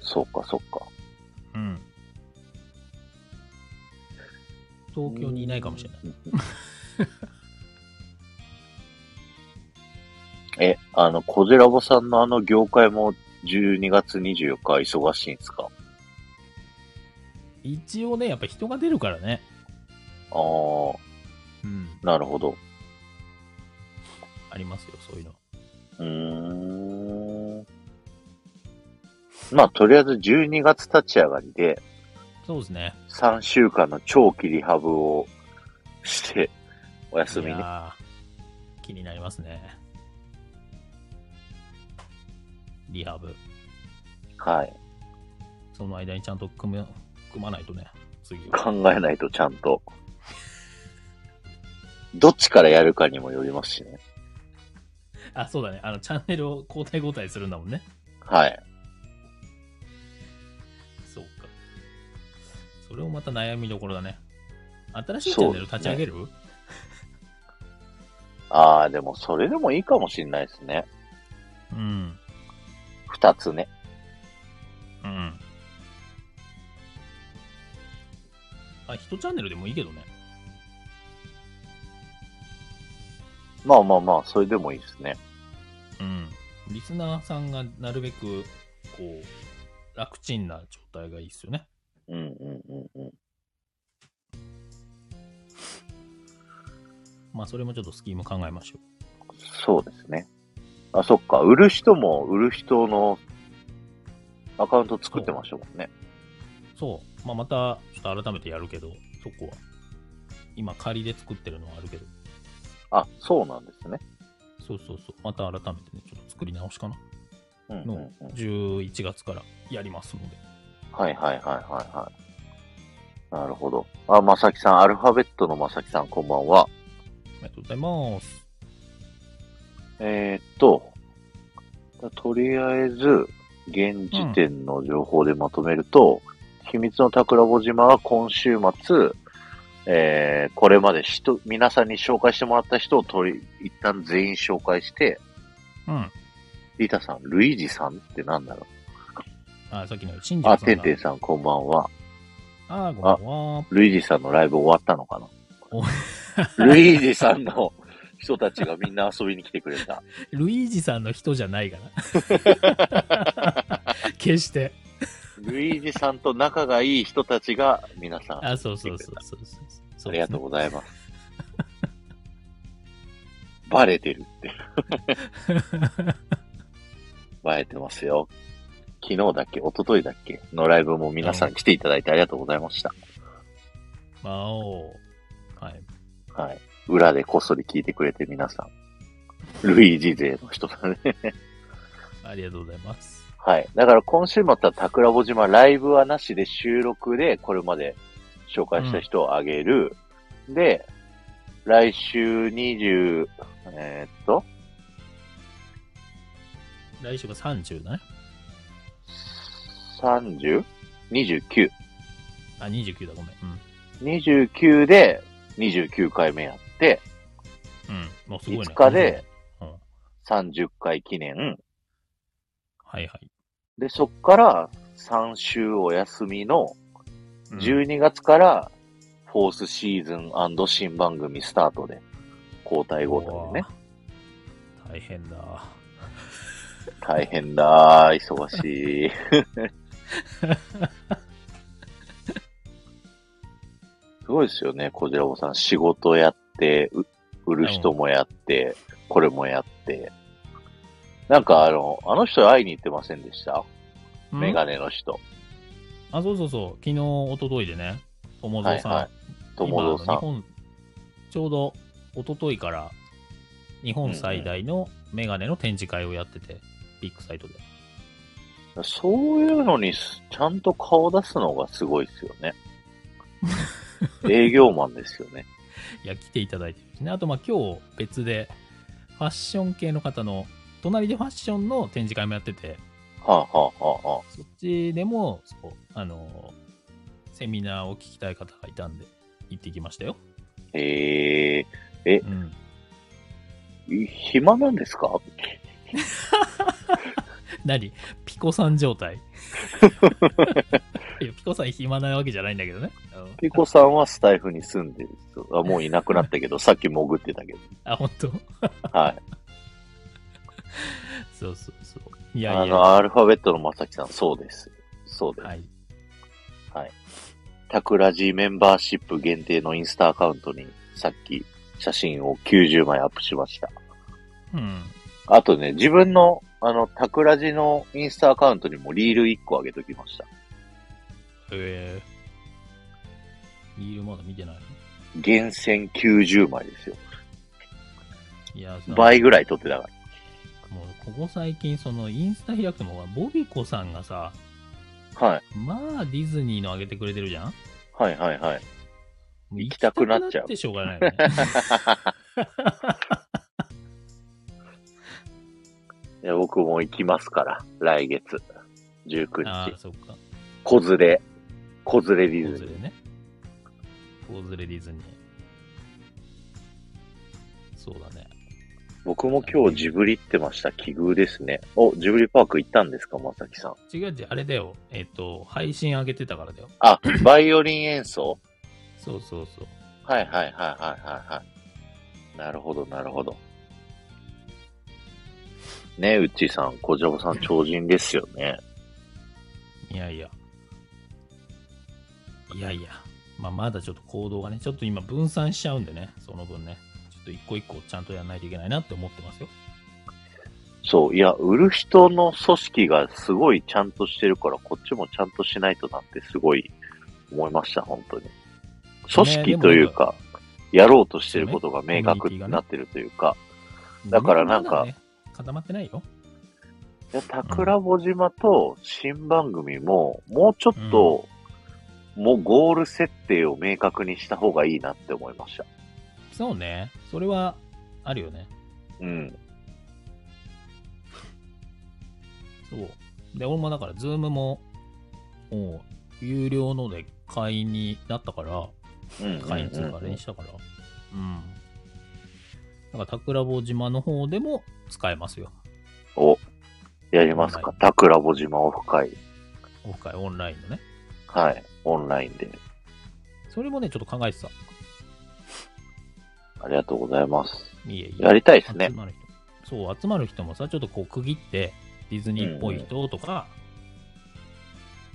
Speaker 1: そうか、そうか。
Speaker 2: うん。東京にいないかもしれない。
Speaker 1: え、あの、コジラボさんのあの業界も12月24日は忙しいんですか
Speaker 2: 一応ね、やっぱ人が出るからね。
Speaker 1: あー、
Speaker 2: うん。
Speaker 1: なるほど。
Speaker 2: ありますよ、そういうの。
Speaker 1: うーん。まあ、とりあえず12月立ち上がりで
Speaker 2: そうですね。
Speaker 1: 3週間の長期リハブをして、お休み
Speaker 2: い
Speaker 1: ね。
Speaker 2: やー気になりますね。リハブ。
Speaker 1: はい。
Speaker 2: その間にちゃんと組む組まないとね。次は。
Speaker 1: 考えないとちゃんと。どっちからやるかにもよりますしね。
Speaker 2: あ、そうだね。あの、チャンネルを交代交代するんだもんね。
Speaker 1: はい。
Speaker 2: そうか。それをまた悩みどころだね。新しいチャンネル立ち上げる、
Speaker 1: ああ、でもそれでもいいかもしんないですね。
Speaker 2: うん。
Speaker 1: 二つね。
Speaker 2: うん。あ、一チャンネルでもいいけどね。
Speaker 1: まあまあまあ、それでもいいですね。
Speaker 2: うん。リスナーさんがなるべく、こう、楽ちんな状態がいいっすよね。
Speaker 1: うんうんうんうん。
Speaker 2: まあ、それもちょっとスキーム考えましょ
Speaker 1: そうですね。あ、そっか。売る人も売る人のアカウント作ってましたもんね。
Speaker 2: う。そう。まあ、また、ちょっと改めてやるけど、そこは。今、仮で作ってるのはあるけど、
Speaker 1: あ、そうなんですね。
Speaker 2: そうそうそう。また改めてね、ちょっと作り直しかな。
Speaker 1: うんうん
Speaker 2: の
Speaker 1: うん。
Speaker 2: 11月からやりますので。
Speaker 1: はいはいはいはいはい。なるほど。あ、まさきさん、アルファベットのまさきさん、こんばんは。
Speaker 2: ありがとうございます。
Speaker 1: えーっと、とりあえず、現時点の情報でまとめると、秘密の桜穂島は今週末、えー、これまで人、皆さんに紹介してもらった人を取り、一旦全員紹介して、
Speaker 2: うん。
Speaker 1: リタさん、ルイージさんってなんだろ
Speaker 2: あ、さっきの新
Speaker 1: う。
Speaker 2: 庄
Speaker 1: あ、
Speaker 2: さん
Speaker 1: て
Speaker 2: が。
Speaker 1: んてんさんこんばんは。
Speaker 2: あ、こんばんは。
Speaker 1: ルイージさんのライブ終わったのか
Speaker 2: お
Speaker 1: なルイージさんの人たちがみんな遊びに来てくれた。
Speaker 2: ルイージさんの人じゃないか な。決して。
Speaker 1: ルイージさんと仲がいい人たちが皆さん
Speaker 2: あ、そうそうそうそうそうそう。
Speaker 1: ありがとうございます。バレてる って。バレてますよ。昨日だっけ一昨日だっけのライブも皆さん来ていただいてありがとうございました。
Speaker 2: 魔王。はい。
Speaker 1: はい。裏でこっそり聞いてくれて皆さん。ルイージ勢の人だね。
Speaker 2: ありがとうございます。
Speaker 1: はい。だから今週末は桜穂島ライブはなしで収録でこれまで紹介した人をあげる。で、来週20、えーっと、
Speaker 2: 来週が30だね。
Speaker 1: 30?29。
Speaker 2: あ、29だ、ごめん。
Speaker 1: 29で29回目やって、
Speaker 2: うん。うん。もうすごいね。
Speaker 1: 5日で。
Speaker 2: うん。
Speaker 1: 30回記念。
Speaker 2: はいはい。
Speaker 1: で、そっから3週お休みの
Speaker 2: うん
Speaker 1: 12月からフォースシーズン新番組スタートで、交代交代でね。
Speaker 2: うわ大変だ。
Speaker 1: 大変だー、忙しい。すごいですよね、こじらぼさん。仕事やって、う売る人もやって、これもやって。なんかあの、あの人会いに行ってませんでした
Speaker 2: うん
Speaker 1: メガネの人。
Speaker 2: あ、そうそうそう。昨日、一昨日でね、友
Speaker 1: は
Speaker 2: 蔵
Speaker 1: い
Speaker 2: さん、
Speaker 1: はい。友蔵さ
Speaker 2: 今あ
Speaker 1: ん。
Speaker 2: の日本ちょうど一昨日から日本最大のメガネの展示会をやってて、ビッグサイトで。
Speaker 1: そういうのにすちゃんと顔出すのがすごいですよ ね。営業マンですよね。
Speaker 2: いや、来ていただいてるしね。あと、まあ、今日別で、ファッション系の方の、隣でファッションの展示会もやってて、
Speaker 1: はあ、はあはあはあ、
Speaker 2: そっちでも、そう、あの、セミナーを聞きたい方がいたんで、行ってきましたよ。
Speaker 1: え
Speaker 2: うん。
Speaker 1: ー、暇なんですか
Speaker 2: 何ピコさん 状態いや、ピコさん暇なわけじゃないんだけどね。うん
Speaker 1: ピコさんはスタイフに住んでる人。あもういなくなったけ ど、さっき潜ってたけど。
Speaker 2: あ、本当
Speaker 1: はい。
Speaker 2: そうそうそう。いやいや。
Speaker 1: あの、アルファベットのまさきさん、そうです。そうです。
Speaker 2: はい。
Speaker 1: タクラジメンバーシップ限定のインスタアカウントに、さっき写真を90枚アップしました。
Speaker 2: うん。
Speaker 1: あとね、自分の、あの、タクラジのインスタアカウントにもリール1個あげときました。
Speaker 2: えー。リールまだ見てないの
Speaker 1: 厳選90枚ですよ。
Speaker 2: いや、さ
Speaker 1: 倍ぐらい撮ってたから。
Speaker 2: もう、ここ最近、その、インスタ開くても、ボビコさんがさ、
Speaker 1: はい。
Speaker 2: まあ、ディズニーの上げてくれてるじゃんも
Speaker 1: はいはいはい。
Speaker 2: う
Speaker 1: 行きたくなっちゃう
Speaker 2: 行きたくてしょうがないよね。
Speaker 1: いや僕も行きますから、来月。
Speaker 2: あ
Speaker 1: 19
Speaker 2: あ、
Speaker 1: 日。
Speaker 2: そっか。
Speaker 1: 子連れ。子連れディ
Speaker 2: 子連
Speaker 1: ズ
Speaker 2: れ
Speaker 1: ニー。
Speaker 2: ね。子連れディズニー。そうだね。
Speaker 1: 僕も今日ジブリ行ってました。奇遇ですね。お、ジブリパーク行ったんですか、まさきさん。
Speaker 2: 違う違う、あれだよ。えっ、と、配信上げてたからだよ。
Speaker 1: あ、バイオリン演奏
Speaker 2: そうそうそう。
Speaker 1: はいはいはいはいはいはい。なるほど、なるほど。ねうっちーさん、小ジャボさん、超人ですよね。
Speaker 2: いやいや。いやいや。まあ、まだちょっと行動がね、ちょっと今分散しちゃうんでね、その分ね。ちょっと一個一個ちゃんとやらないといけないなって思ってますよ。
Speaker 1: そう、いや、売る人の組織がすごいちゃんとしてるから、こっちもちゃんとしないとなってすごい思いました、本当に。組織というか、やろうとしてることが明確になってるというか、だからなんか
Speaker 2: まだね、固まってないよ。
Speaker 1: いや、桜穂島と新番組も、もうちょっと、もうゴール設定を明確にした方がいいなって思いました。
Speaker 2: そうね。それは、あるよね。
Speaker 1: うん。
Speaker 2: そう。で、俺もだから、ズームも、もう、有料ので会員になったから、
Speaker 1: うん。
Speaker 2: 会員っていうか、あれ
Speaker 1: うん
Speaker 2: にしたから。うん。だから、桜坊島の方でも使えますよ。
Speaker 1: お、やりますか。桜穂島オフ会。
Speaker 2: オフ会、オンラインのね。
Speaker 1: はい。オンラインで。
Speaker 2: それもね、ちょっと考えてた。
Speaker 1: ありがとうございます。
Speaker 2: いえいえ。
Speaker 1: やりたいですね
Speaker 2: 集。まる人。そう、集まる人もさ、ちょっとこう区切って、ディズニーっぽい人とか、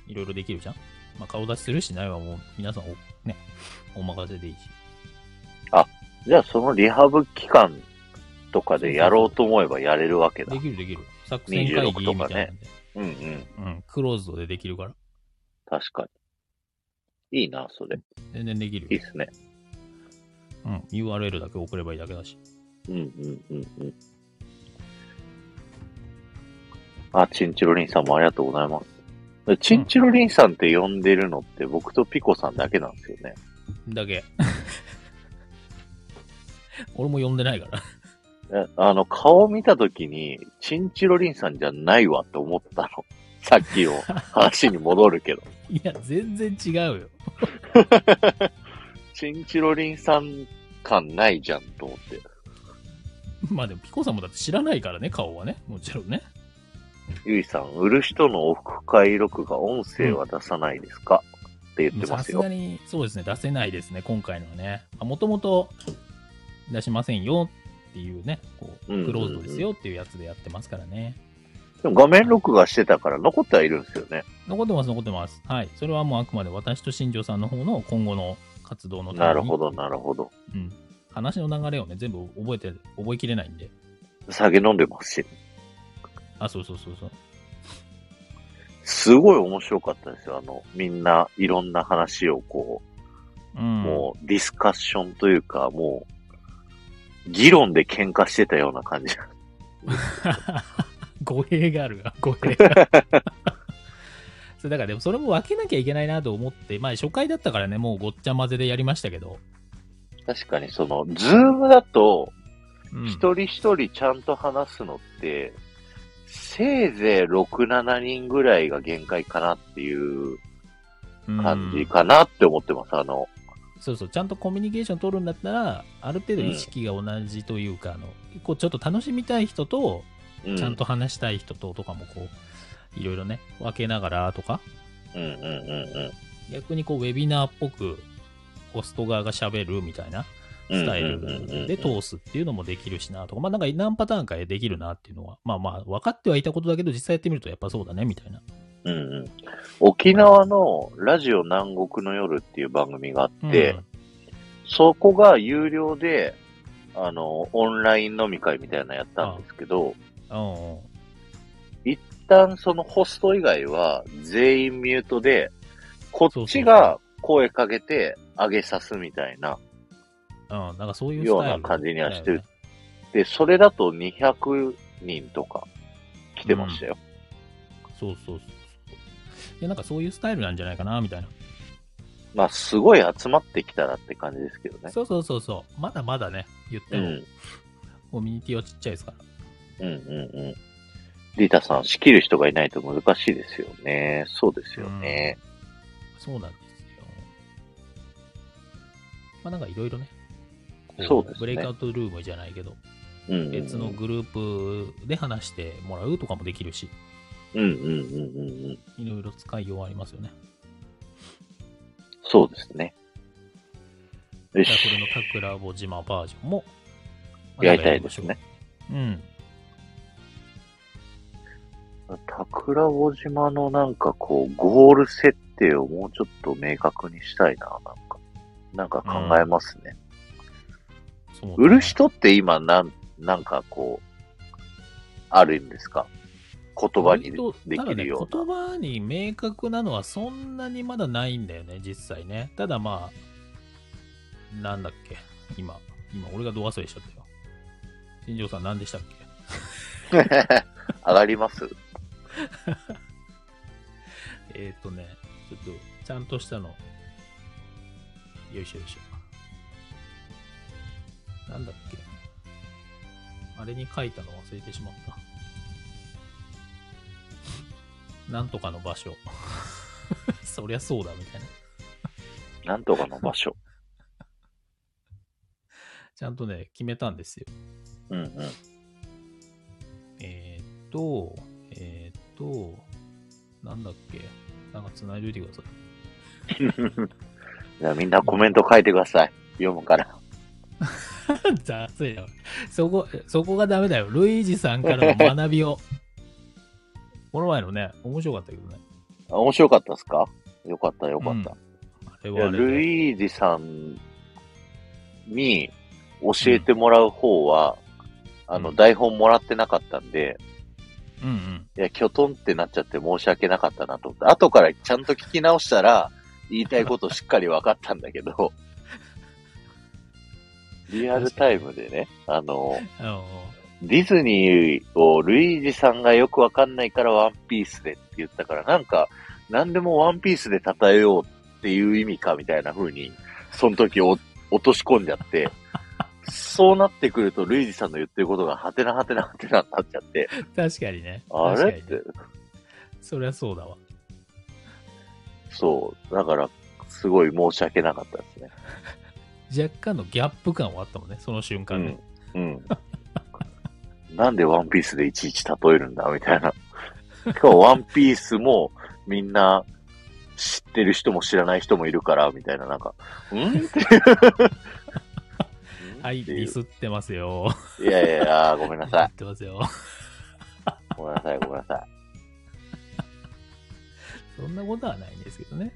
Speaker 2: いろいろできるじゃん。まあ、顔出しするしないはもう、皆さんお、ね、お任せでいいし。
Speaker 1: じゃあ、そのリハブ期間とかでやろうと思えばやれるわけだ。
Speaker 2: できるできる。作戦会議みたいなんで、
Speaker 1: うんうん。
Speaker 2: うん、クローズドでできるから。
Speaker 1: 確かに。いいな、それ。
Speaker 2: 全然でき
Speaker 1: いい
Speaker 2: る
Speaker 1: っ
Speaker 2: よ。
Speaker 1: すね。
Speaker 2: うん、URL だけ送ればいいだけだし。
Speaker 1: うんうんうんうん。あ、チンチロリンさんもありがとうございます。でチンチロリンさんって呼んでるのって僕とピコさんだけなんですよね。
Speaker 2: だけ。 俺も呼んでないから。
Speaker 1: えあの、顔見たときに、チンチロリンさんじゃないわって思ったの。 さっきの話に戻るけど。
Speaker 2: いや、全然違うよ。
Speaker 1: チンチロリンさん感ないじゃんと思って。
Speaker 2: まあでも、ピコさんもだって知らないからね、顔はね。もちろんね。
Speaker 1: ゆいさん、売る人のオフ会録画音声は出さないですか、って言ってま
Speaker 2: さ
Speaker 1: す
Speaker 2: す
Speaker 1: よ
Speaker 2: が。に、そうですね、出せないですね、今回のはね。もともと出しませんよっていうね、こ
Speaker 1: うんうんう
Speaker 2: う、
Speaker 1: ん
Speaker 2: クローズドですよっていうやつでやってますからね。
Speaker 1: でも画面録画してたから残ってはいるんですよね。
Speaker 2: 残ってます、残ってます。はい。それはもうあくまで私と新庄さんの方の今後の活動のために
Speaker 1: なるほど、なるほど。
Speaker 2: うん。話の流れをね、全部覚えて、覚えきれないんで。
Speaker 1: 酒飲んでますし。
Speaker 2: あ、そうそうそうそう。
Speaker 1: すごい面白かったですよ。あの、みんないろんな話をこ
Speaker 2: う
Speaker 1: う、
Speaker 2: ん。
Speaker 1: もうディスカッションというか、もう、議論で喧嘩してたような感じ。
Speaker 2: 語弊があるが、語 弊が。そうだからでもそれも分けなきゃいけないなと思って、まあ初回だったからね、もうごっちゃ混ぜでやりましたけど。
Speaker 1: 確かにその、ズームだと、
Speaker 2: うん
Speaker 1: 一人一人ちゃんと話すのって、せいぜい6、7人ぐらいが限界かなっていう感
Speaker 2: う
Speaker 1: じ
Speaker 2: ん
Speaker 1: かなって思ってます。あの、
Speaker 2: そうそう、ちゃんとコミュニケーション取るんだったら、ある程度意識が同じというか、あの結構ちょっと楽しみたい人と、
Speaker 1: う
Speaker 2: ちゃんと話したい人ととかもこう、いろいろね、分けながらとか、
Speaker 1: うんうんうんうん。
Speaker 2: 逆にこう、ウェビナーっぽく、ホスト側が喋るみたいなスタイルで通すっていうのもできるしなとか、まあなんか何パターンかできるなっていうのは、まあまあ分かってはいたことだけど、実際やってみるとやっぱそうだねみたいな。
Speaker 1: うんうん、沖縄のラジオ南国の夜っていう番組があって、そこが有料で、あの、オンライン飲み会みたいなのやったんですけど、
Speaker 2: うん、うんうん
Speaker 1: 一旦そのホスト以外は全員ミュートで、こ
Speaker 2: そ
Speaker 1: っ
Speaker 2: うそ
Speaker 1: ち
Speaker 2: う
Speaker 1: が声かけて上げさすみたいな。
Speaker 2: うん、なんかそういうスタイル
Speaker 1: ような感じにはしてるで、それだと200人とか来てましたよ。
Speaker 2: そうそうそうそう。で、なんかそういうスタイルなんじゃないかな、みたいな。
Speaker 1: まあ、すごい集まってきたらって感じですけどね。
Speaker 2: そうそうそうそう。まだまだね、言って
Speaker 1: う
Speaker 2: も、
Speaker 1: ん。
Speaker 2: コミュニティはちっちゃいですから。
Speaker 1: うんうんうん。リータさん、仕切る人がいないと難しいですよね。そうですよね。
Speaker 2: そうなんですよ。まあなんかいろいろね。こ
Speaker 1: そうですね
Speaker 2: ブレイクアウトルームじゃないけど、
Speaker 1: うんうんうん、
Speaker 2: 別のグループで話してもらうとかもできるし、
Speaker 1: うんうんうんうんうん。
Speaker 2: いろいろ使いようはあります よね。
Speaker 1: そうですね。よ
Speaker 2: だからこれ
Speaker 1: し。
Speaker 2: の桜坊島バージョンも、まあ
Speaker 1: やりたいですね。
Speaker 2: なんかやりましょう。うん。
Speaker 1: 桜尾島のなんかこう、ゴール設定をもうちょっと明確にしたいな、なんか。なんか考えますね。
Speaker 2: そうだね
Speaker 1: 売る人って今、なん、なんかこう、あるんですか言葉に
Speaker 2: 割と
Speaker 1: できるよ
Speaker 2: た
Speaker 1: う
Speaker 2: だ
Speaker 1: な。
Speaker 2: ね、言葉に明確なのはそんなにまだないんだよね、実際ね。ただまあ、なんだっけ、今、今、俺がど忘れしちゃったよ。新庄さん、何でしたっけ
Speaker 1: 上がります
Speaker 2: えっ、とね、ちょっと、ちゃんとしたの。よいしょよいしょ。なんだっけ。あれに書いたの忘れてしまった。なんとかの場所。 そりゃそうだ、みたいな。
Speaker 1: なんとかの場 所。
Speaker 2: ちゃんとね、決めたんですよ。
Speaker 1: うんうん。
Speaker 2: えーっと、えーっと、なんだっけ。なんか繋いでおいてください。
Speaker 1: じゃあみんなコメント書いてください。読むから。
Speaker 2: 雑いよ。 そこ、そこがダメだよ。ルイージさんからの学びを。 この前のね、面白かったけどね。
Speaker 1: あ面白かったですかよかったよかった。
Speaker 2: あれ
Speaker 1: いや、
Speaker 2: はあれで
Speaker 1: ルイージさんに教えてもらう方は、あ
Speaker 2: う
Speaker 1: の、
Speaker 2: ん
Speaker 1: 台本もらってなかったんで、
Speaker 2: うんうん。
Speaker 1: いや、キョトンってなっちゃって申し訳なかったなと思って、後からちゃんと聞き直したら、言いたいことしっかり分かったんだけ ど、リアルタイムでね、あの、
Speaker 2: あの
Speaker 1: ディズニーをルイージさんがよくわかんないからワンピースでって言ったから、なんか、なんでもワンピースで称えようっていう意味かみたいな風に、その時お落とし込んじゃ って、そうなってくるとルイージさんの言ってることがはてなはてなはてなになっちゃって、
Speaker 2: 確かにね。
Speaker 1: あれっ
Speaker 2: 確かにね
Speaker 1: て、
Speaker 2: そりゃそうだわ。
Speaker 1: そう、だから、すごい申し訳なかったですね。
Speaker 2: 若干のギャップ感はあったもんね、その瞬間ね。
Speaker 1: うん。 なんでワンピースでいちいち例えるんだみたいな。しかもワンピースもみんな知ってる人も知らない人もいるから、みたいな、なんか、ん っていう。
Speaker 2: はい、
Speaker 1: ってい
Speaker 2: ミ
Speaker 1: う
Speaker 2: スってます よ。
Speaker 1: いやいやいや、ごめん
Speaker 2: ミ
Speaker 1: な
Speaker 2: ス
Speaker 1: さ
Speaker 2: っ
Speaker 1: い。
Speaker 2: てますよ。
Speaker 1: ごめんなさい、ごめんなさい。
Speaker 2: そんなことはないんですけどね。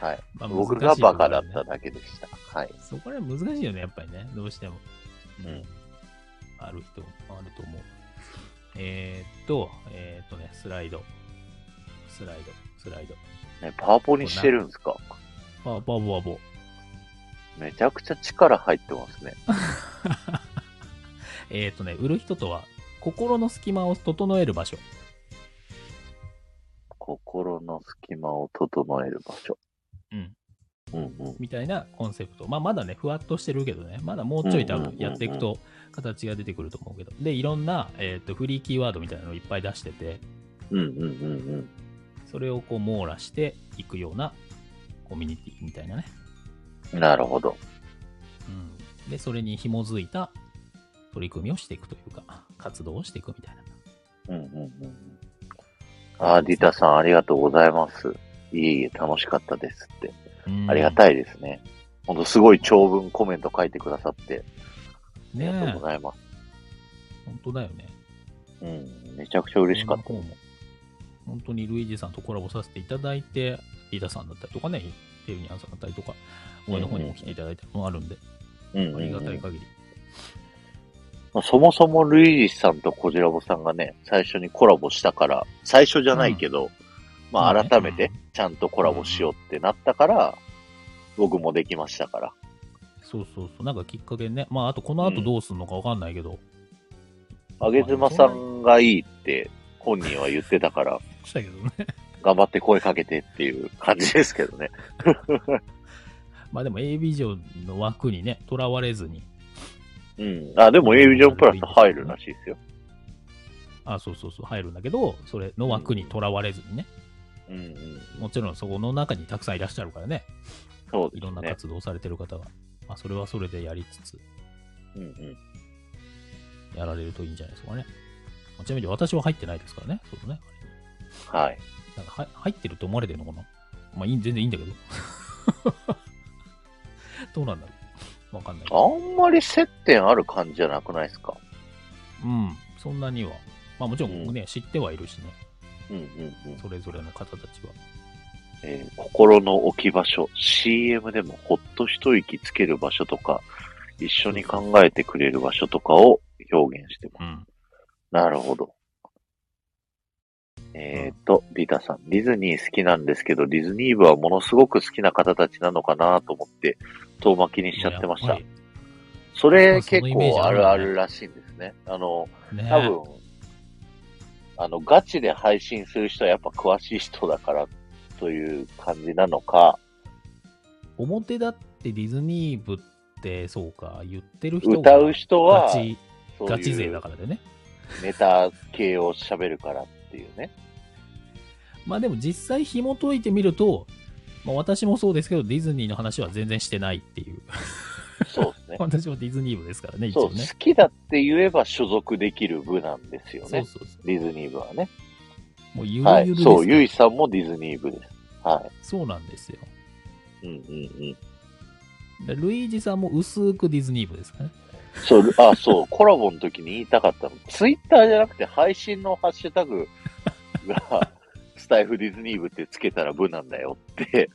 Speaker 1: はい。
Speaker 2: まあ
Speaker 1: 僕がバカだっ
Speaker 2: 難しい部分
Speaker 1: た
Speaker 2: はね
Speaker 1: だけでした。はい。
Speaker 2: そこら辺難しいよね、やっぱりね。どうしても。
Speaker 1: うん。
Speaker 2: ある人もあると思う。えー、っと、えー、っとね、スライド。スライド、スライド。
Speaker 1: ね、パワポにしてるんですか
Speaker 2: あ、バボバボ。
Speaker 1: めちゃくちゃ力入ってますね。
Speaker 2: えー、っとね、売る人とは、心の隙間を整える場所。
Speaker 1: 心の隙間を整える場所。
Speaker 2: うん。
Speaker 1: うんうん。
Speaker 2: みたいなコンセプト。まあ、まだね、ふわっとしてるけどね。まだもうちょい多
Speaker 1: うんうんうん
Speaker 2: 分
Speaker 1: うん
Speaker 2: やっていくと、形が出てくると思うけど。で、いろんな、えーっと、フリーキーワードみたいなのをいっぱい出してて、
Speaker 1: うんうんうんうん。
Speaker 2: それをこう網羅していくようなコミュニティみたいなね。
Speaker 1: なるほど。
Speaker 2: うん、でそれに紐づいた取り組みをしていくというか活動をしていくみたいな
Speaker 1: うんうんうんうん。あー、ディタさんありがとうございます。いえいえ、楽しかったですって。ありが
Speaker 2: い
Speaker 1: たいですね。ほんとすごい長文コメント書いてくださって、あり
Speaker 2: ね
Speaker 1: がとう
Speaker 2: え
Speaker 1: ございます。
Speaker 2: 本当だよね
Speaker 1: うん、めちゃくちゃ嬉しかった。
Speaker 2: この方も本当にルイージさんとコラボさせていただいてリーダーさんだったりとかねテルニアンさんだったりとか俺の方にも来ていただいたのもあるんで、
Speaker 1: うんうんうん
Speaker 2: ありがたい限り、
Speaker 1: そもそもルイージさんとコジラボさんがね、最初にコラボしたから、最初じゃないけど、ま
Speaker 2: まあ
Speaker 1: あ
Speaker 2: ね
Speaker 1: 改め
Speaker 2: う
Speaker 1: て
Speaker 2: ん
Speaker 1: ちゃんとコラボしようってなったから、僕もできましたから。
Speaker 2: そうそうそうなんかきっかけねまああとこの後どうするのかわかんないけど、
Speaker 1: あげずまさんがいいって本人は言ってたから、
Speaker 2: したけどね
Speaker 1: 頑張って声かけてっていう感じですけどね。
Speaker 2: まあでも A ビジョンの枠にねとらわれずに
Speaker 1: うん。あ、でも A ビジョンプラス入るらしいですよ。
Speaker 2: あそうそうそう入るんだけどそれの枠にとらわれずにね、
Speaker 1: うんうん。
Speaker 2: もちろんそこの中にたくさんいらっしゃるからね、
Speaker 1: そう
Speaker 2: い
Speaker 1: です
Speaker 2: ろんな
Speaker 1: ね。
Speaker 2: 活動をされてる方が、まあ、それはそれでやりつつ、
Speaker 1: うんうん。
Speaker 2: やられるといいんじゃないですかね。まあちなみに私は入ってないですからね、そうね。
Speaker 1: はい。
Speaker 2: なんかは入ってると思われてるのかなまあいい、全然いいんだけど。 どうなんだろうわかんない。
Speaker 1: あんまり接点ある感じじゃなくないですか
Speaker 2: うん、そんなには。まあもちろんね、知ってはいるしね。
Speaker 1: うんうんうん
Speaker 2: それぞれの方たちは。
Speaker 1: えー心の置き場所、CM でもほっと一息つける場所とか、一緒に考えてくれる場所とかを表現してます。
Speaker 2: うん。
Speaker 1: なるほど。えっ、と、リタさん、ディズニー好きなんですけど、ディズニー部はものすごく好きな方たちなのかなと思って、遠巻きにしちゃってまし
Speaker 2: や
Speaker 1: た
Speaker 2: っ。ぱ
Speaker 1: そ
Speaker 2: ま
Speaker 1: れ
Speaker 2: あその
Speaker 1: 結
Speaker 2: イメージ
Speaker 1: 構あ
Speaker 2: ある
Speaker 1: る
Speaker 2: よね
Speaker 1: あるらしいんですね。あの、
Speaker 2: りね
Speaker 1: 多分、あの、ガチで配信する人はやっぱ詳しい人だからという感じなのか、
Speaker 2: 表だってディズニー部って、そうか、言ってる人が
Speaker 1: 歌う人は
Speaker 2: ガ、チ、
Speaker 1: そう
Speaker 2: ガチ
Speaker 1: い
Speaker 2: 勢
Speaker 1: う
Speaker 2: だからでね。
Speaker 1: ネタ系を喋るからっていうね。
Speaker 2: まあでも実際紐解いてみると、まあ、私もそうですけど、ディズニーの話は全然してないっていう。。
Speaker 1: そうですね
Speaker 2: 私もディズニー部ですからね、一
Speaker 1: そ
Speaker 2: 応
Speaker 1: う、
Speaker 2: ね。
Speaker 1: 好きだって言えば所属できる部なんですよ
Speaker 2: そう
Speaker 1: ね。
Speaker 2: そうそ
Speaker 1: ディズニー部はね。
Speaker 2: う。もうゆる
Speaker 1: はい
Speaker 2: ゆる。です、
Speaker 1: そう、ゆいさんもディズニー部です。は
Speaker 2: そうなんですよ。
Speaker 1: い。うんうんうん。
Speaker 2: でルイージさんも薄くディズニー部ですね。
Speaker 1: そう、あ、そう、コラボの時に言いたかったの。ツイッターじゃなくて配信のハッシュタグ が、スタイフディズニー部ってつけたら部なんだよって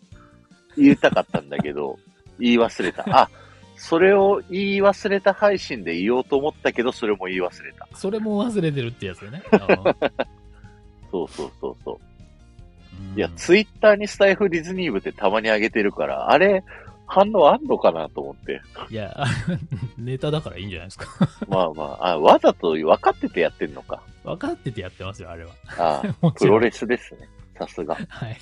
Speaker 1: 言いたかったんだけど、言い忘れた。あ、それを言い忘れた配信で言おうと思ったけど、それも言い忘れた。
Speaker 2: それも忘れてるってやつよね。あの
Speaker 1: そうそうそうそう。
Speaker 2: う ん
Speaker 1: いや、ツイッターにスタイフディズニー部ってたまに上げてるから、あれ、反応あんのかなと思 って。
Speaker 2: いや、 あネタだからいいんじゃないですか。
Speaker 1: まあまあ、あわざと分かっててやってんのか。
Speaker 2: 分かっててやってますよ、あれは。
Speaker 1: ああ
Speaker 2: もち
Speaker 1: プ
Speaker 2: ろ
Speaker 1: ロ
Speaker 2: ん
Speaker 1: レスですね。さすが。
Speaker 2: はい。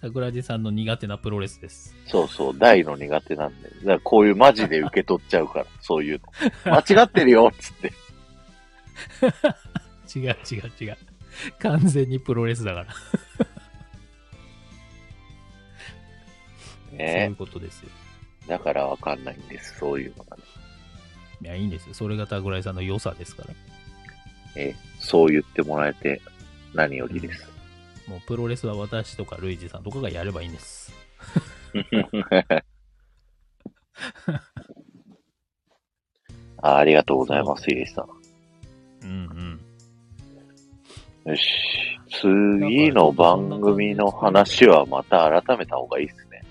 Speaker 2: 桜地さんの苦手なプロレスです。
Speaker 1: そうそう、大の苦手なんで。だからこういうマジで受け取っちゃうから、そういう の。間違ってるよっつ って。
Speaker 2: 違う違う違う。完全にプロレスだから。そうい
Speaker 1: ね
Speaker 2: うことですよ。
Speaker 1: だからわかんないんです、そういうのがね。
Speaker 2: いや、いいんですよ。それが桜井さんの良さですから。
Speaker 1: ええそう言ってもらえて何より です。
Speaker 2: もうプロレスは私とかルイジさんとかがやればいいんです。
Speaker 1: あありがとうございます、イエスさ
Speaker 2: うんうん。
Speaker 1: ん。よし。次の番組の話はまた改めた方がいいですね。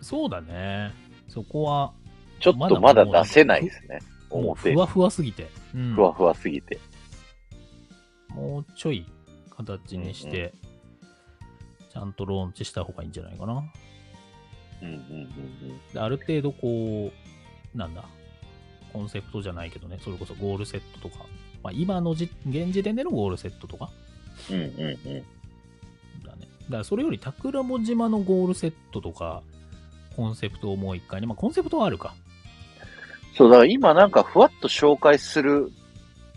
Speaker 2: そうだね。そこは、
Speaker 1: ちょっとまだ出せないですね。
Speaker 2: もう
Speaker 1: 表
Speaker 2: ふ。わふわすぎて。うん
Speaker 1: ふわふわすぎて。
Speaker 2: もうちょい形にして、ちゃんとローンチした方がいいんじゃないかな。
Speaker 1: うんうんうん
Speaker 2: である程度こう、なんだ、コンセプトじゃないけどね、それこそゴールセットとか、まあ、今のじ現時点でのゴールセットとか
Speaker 1: うん。うんうんうん。
Speaker 2: だね。だからそれより桜も島のゴールセットとか、コンセプトをもう一回ね、まあコンセプトはあるか。
Speaker 1: そう、だから今なんかふわっと紹介する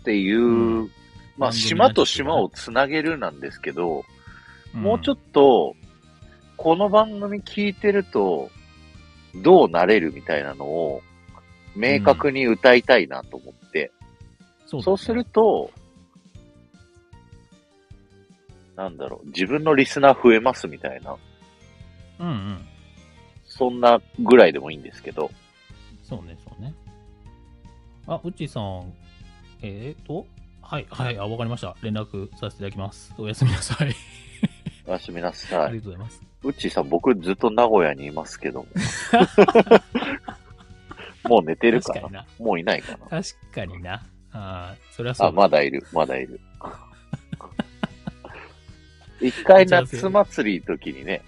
Speaker 1: っていう、
Speaker 2: うん
Speaker 1: まあ
Speaker 2: 番組
Speaker 1: 島と島をつなげるなんですけど、もうちょ
Speaker 2: っ
Speaker 1: っと、この番組聞いてると、どうなれるみたいなのを、明確に歌いたいなと思って、
Speaker 2: と
Speaker 1: そうすると、なんだろう、自分のリスナー増えますみたいな、
Speaker 2: うんうん。
Speaker 1: そんなぐらいでもいいんですけど、
Speaker 2: そうね、そうね。あ、うっちーさん、えーと、はい、はい、あ、わかりました。連絡させていただきます。おやすみなさい。
Speaker 1: おやすみなさ
Speaker 2: あ
Speaker 1: い
Speaker 2: り。がとうございます。
Speaker 1: うっちーさん、僕ずっと名古屋にいますけど も。もう寝てるか
Speaker 2: 確か
Speaker 1: な
Speaker 2: にな。
Speaker 1: もういないかな
Speaker 2: 確かにな。あーそれはそう
Speaker 1: あ、まだいる、まだいる。一回夏祭りの時にね、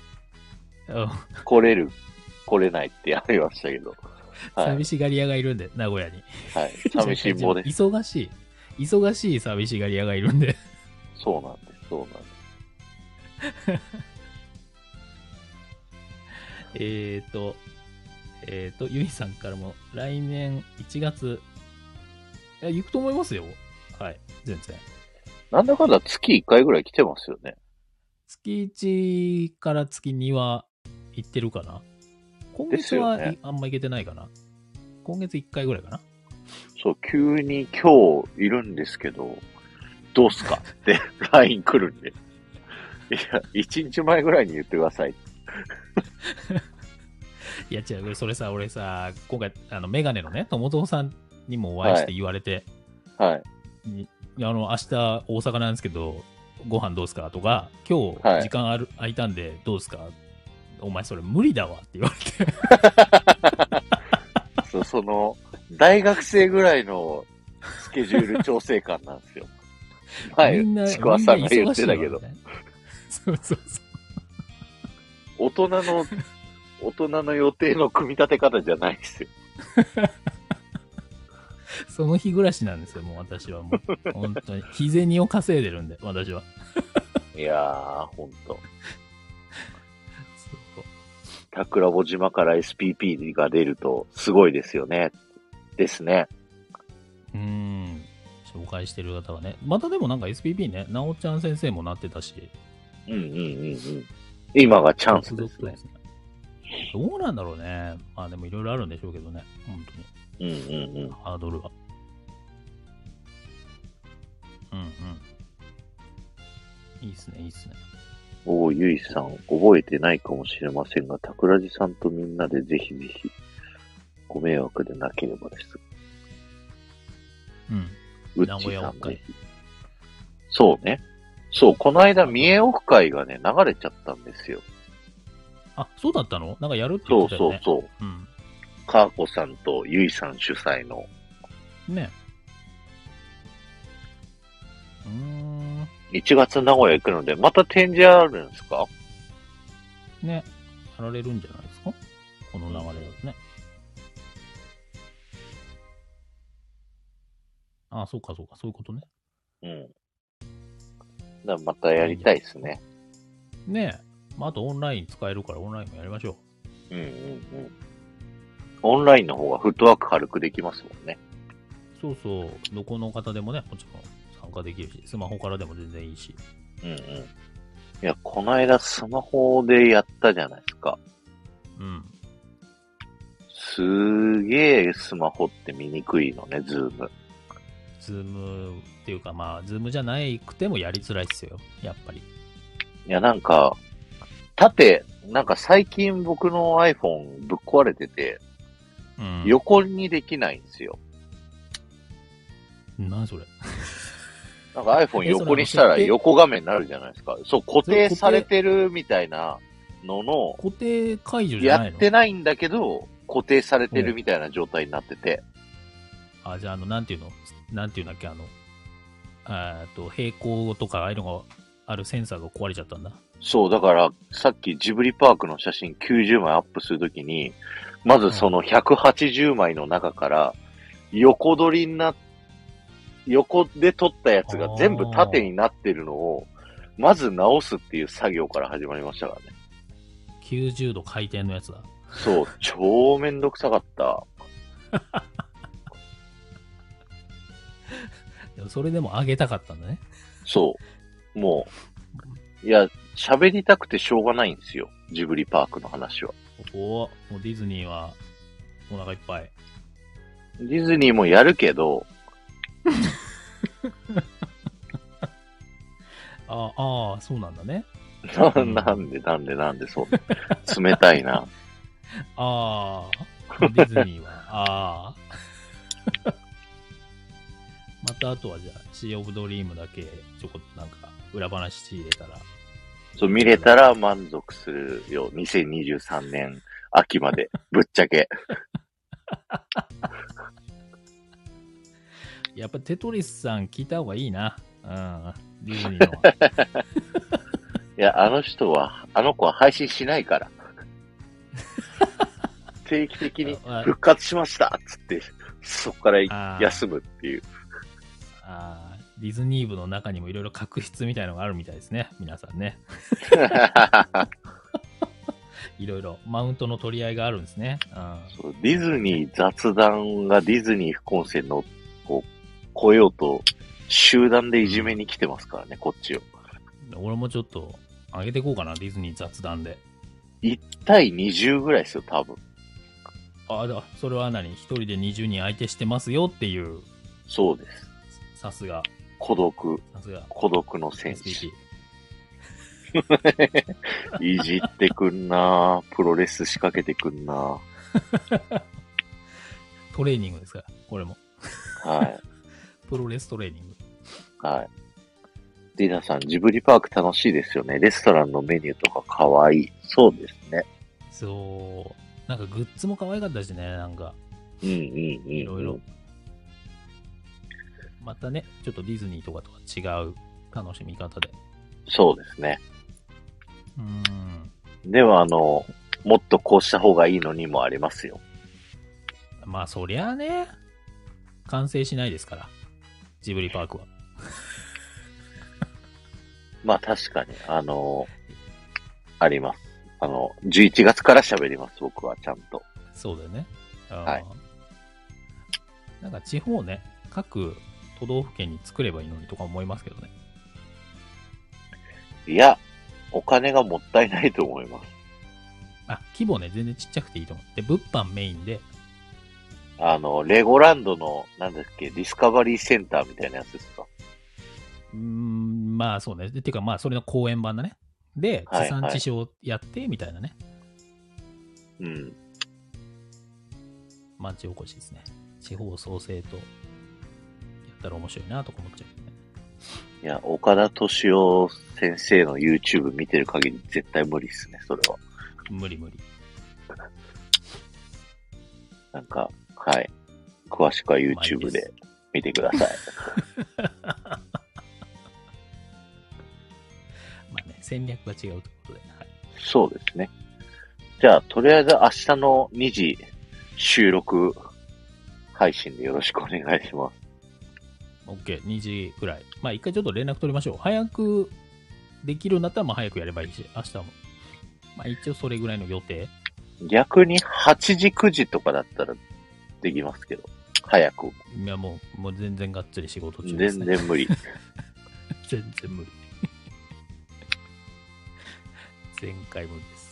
Speaker 2: うん
Speaker 1: 来れる、来れないってありましたけ ど。はい
Speaker 2: 寂。しがり屋がいるんで、名古屋に。
Speaker 1: はい、寂しんぼです。
Speaker 2: 忙しい。忙しい寂しがり屋がいるんで。
Speaker 1: そうなんです、そうなんです。
Speaker 2: えっと、えっ、と、ゆいさんからも、来年1月、いや、行くと思いますよ。はい、全然。
Speaker 1: なんだかんだ月一回ぐらい来てますよね。
Speaker 2: 月1から月2は行ってるかな今
Speaker 1: です
Speaker 2: 月
Speaker 1: よ
Speaker 2: は、
Speaker 1: ね
Speaker 2: いあんま行けてないかな今月1回ぐらいかな
Speaker 1: そう、急に今日いるんですけど、どうすかって LINE 来るんで。いや、一日前ぐらいに言ってください。
Speaker 2: いや違う、それさ、俺さ、今回、あの、メガネのね、友蔵さんにもお会いし
Speaker 1: は
Speaker 2: て言われて、
Speaker 1: はい。
Speaker 2: にあの、明日大阪なんですけど、ご飯どうすかとか、今
Speaker 1: は
Speaker 2: 日
Speaker 1: い
Speaker 2: 時間ある、空いたんでどうすかお前それ無理だわって言われて、
Speaker 1: そうその、大学生ぐらいのスケジュール調整感なんですよ。はい
Speaker 2: みんな、。
Speaker 1: ちくわさんが
Speaker 2: み
Speaker 1: 言
Speaker 2: な忙
Speaker 1: っ
Speaker 2: しい
Speaker 1: て
Speaker 2: わ
Speaker 1: たけど
Speaker 2: み、いな。 そうそうそう。
Speaker 1: 大人の、大人の予定の組み立て方じゃないですよ。
Speaker 2: その日暮らしなんですよ、もう私はもう。本当に。日銭を稼いでるんで、私は。
Speaker 1: いやー、ほんと。
Speaker 2: そう
Speaker 1: 桜穂島から SPP が出ると、すごいですよね。ですね。
Speaker 2: うーん。紹介してる方はね。またでもなんか SPP ね、なおちゃん先生もなってたし。
Speaker 1: うんうんうんうん。今がチャンスですね。
Speaker 2: ね。どうなんだろうね。まあでもいろいろあるんでしょうけどね。本当に。
Speaker 1: うんうんうん。
Speaker 2: ハードルは。うんうん。いいっすね、いいっすね。
Speaker 1: おお、ゆいさん、覚えてないかもしれませんが、桜地さんとみんなでぜひぜひ、ご迷惑でなければです。
Speaker 2: うん。
Speaker 1: うっ
Speaker 2: 名
Speaker 1: ち
Speaker 2: 古
Speaker 1: ー
Speaker 2: 屋
Speaker 1: さ
Speaker 2: オ
Speaker 1: ん
Speaker 2: フ
Speaker 1: ぜ
Speaker 2: 会
Speaker 1: ひ。そうね。そう、この間、三重オフ会がね、流れちゃったんですよ。
Speaker 2: あ、そうだったのなんかやるって言
Speaker 1: そ
Speaker 2: っ
Speaker 1: う
Speaker 2: てた
Speaker 1: そ
Speaker 2: よ
Speaker 1: う
Speaker 2: ね。
Speaker 1: そう。
Speaker 2: う
Speaker 1: かーこさんとゆいさん主催の。
Speaker 2: ん。ねうーん。
Speaker 1: 1月名古屋行くので、また展示あるんですか
Speaker 2: ね、やられるんじゃないですかこの流れだとね。あそうかそうか、そういうことね。
Speaker 1: うん。だからまたやりたいですね。
Speaker 2: ねえ、まあ、あとオンライン使えるからオンラインもやりましょ
Speaker 1: うんうんうん。オンラインの方がフットワーク軽くできますもんね。
Speaker 2: う。そうそう、どこの方でもね、もちろん参加できるし、スマホからでも全然いいし。
Speaker 1: うんうん。いや、この間スマホでやったじゃないですか。
Speaker 2: うん。
Speaker 1: すーげえスマホって見にくいのね、ズーム。
Speaker 2: ズームっていうか、まあ、ズームじゃないくてもやりづらいっすよ、やっぱり。
Speaker 1: いや、なんか、縦、なんか最近僕の iPhone ぶっ壊れてて、
Speaker 2: うん。
Speaker 1: 横にできないんですよ。
Speaker 2: 何それ。
Speaker 1: なんか iPhone
Speaker 2: えそれ
Speaker 1: 横にしたら
Speaker 2: 設定
Speaker 1: 横画面になるじゃないですか。そう、固
Speaker 2: そ
Speaker 1: 定
Speaker 2: れ固定
Speaker 1: されてるみたいなのの、
Speaker 2: 固定解除じゃな
Speaker 1: や
Speaker 2: い
Speaker 1: っ
Speaker 2: の
Speaker 1: てないんだけど、固定されてるみたいな状態になってて。
Speaker 2: あ、じゃあ、あの、なんていうのなんていうんだっけあの、えっと、平行とか、ああいうのがあるセンサーが壊れちゃったんだ。
Speaker 1: そう、だから、さっきジブリパークの写真90枚アップするときに、まずその180枚の中から、横取りにな、横で撮ったやつが全部縦になってるのを、まず直すっていう作業から始まりましたからね。
Speaker 2: 90度回転のやつだ。
Speaker 1: そう、超めんどくさかった。
Speaker 2: でもそれでも上げたかったんだね。
Speaker 1: そう。もう、いや、喋りたくてしょうがないんですよ。ジブリパークの話は。
Speaker 2: おお、もうディズニーはお腹いっぱい。
Speaker 1: ディズニーもやるけど、
Speaker 2: ああー、そうなんだね。
Speaker 1: な
Speaker 2: う ん
Speaker 1: なんでなんでなんでそう。冷たいな。
Speaker 2: ああ、ディズニーは。ああ。またあとはじゃあ、シー・オブ・ドリームだけ、ちょこっとなんか、裏話入れたら。
Speaker 1: そう、見れたら満足するよ。2023年秋まで。ぶっちゃけ。
Speaker 2: やっぱテトリスさん聞いた方がいい な。うん。ディズニーのは。
Speaker 1: いや、あの人は、あの子は配信しない から。定期的に
Speaker 2: あ
Speaker 1: 復活しましたっつって、そこから
Speaker 2: あー
Speaker 1: 休むっていう。
Speaker 2: あーディズニー部の中にもいろいろ確執みたいのがあるみたいですね。皆さ んね。いろいろマウントの取り合いがあるんですね。うん。
Speaker 1: そうディズニー雑談がディズニー副音声のを超えようと、集団でいじめに来てますからね、こっちを。
Speaker 2: 俺もちょっと上げていこうかな、ディズニー雑談で。
Speaker 1: 1対20ぐらいですよ、多分。
Speaker 2: ああ、それは何一人で20人相手してますよっていう、
Speaker 1: そうです。
Speaker 2: さすが、
Speaker 1: 孤独、
Speaker 2: さすが、
Speaker 1: 孤独の戦士
Speaker 2: SPP。。
Speaker 1: いじってくんなぁプロレス仕掛けてくんなぁ
Speaker 2: トレーニングですから、これも。
Speaker 1: はい。
Speaker 2: プロレストレーニング。
Speaker 1: はい。リナさん、ジブリパーク楽しいですよね。レストランのメニューとか可愛い。そうですね。
Speaker 2: そう。なんかグッズも可愛かったしね、なんか。
Speaker 1: うんうんうんうん。
Speaker 2: いろいろ。またね、ちょっとディズニーとかとは違う楽しみ方で。
Speaker 1: そうですね。
Speaker 2: うーん。
Speaker 1: では、あの、もっとこうした方がいいのにもありますよ。
Speaker 2: まあ、そりゃあね、完成しないですから。ジブリパークは。
Speaker 1: まあ確かに、あの、あります。あの、11月から喋ります、僕はちゃんと。
Speaker 2: そうだよね。あー
Speaker 1: はい
Speaker 2: なんか地方ね、各都道府県に作ればいいのにとか思いますけどね。
Speaker 1: いや、お金がもったいないと思います。
Speaker 2: あ、規模ね、全然ちっちゃくていいと思う。で、物販メインで、
Speaker 1: あの、レゴランドの、なんですっけ、ディスカバリーセンターみたいなやつですか。
Speaker 2: うーん、まあそうね。でてかまあそれの公演版だね。で、
Speaker 1: はい
Speaker 2: 地産地消やって、みたいなね。
Speaker 1: うん。
Speaker 2: 町おこしですね。地方創生と、やったら面白いなとか思っちゃう、ね。
Speaker 1: いや、岡田敏夫先生の YouTube 見てる限り絶対無理っすね、それは。
Speaker 2: 無理無理。
Speaker 1: なんか、はい。詳しくは YouTube で見てください。
Speaker 2: まあね、戦略が違うということで。はい、
Speaker 1: そうですね。じゃあ、とりあえず明日の2時収録配信でよろしくお願いします。
Speaker 2: OK、2時くらい。まあ一回ちょっと連絡取りましょう。早くできるようになったら、まあ早くやればいいし、明日も。まあ一応それぐらいの予定。
Speaker 1: 逆に8時9時とかだったらできますけど、早く。
Speaker 2: いやもう、もう全然がっつり仕事中です
Speaker 1: 全
Speaker 2: ね。
Speaker 1: 然無理。
Speaker 2: 全然無理。 前回無理です。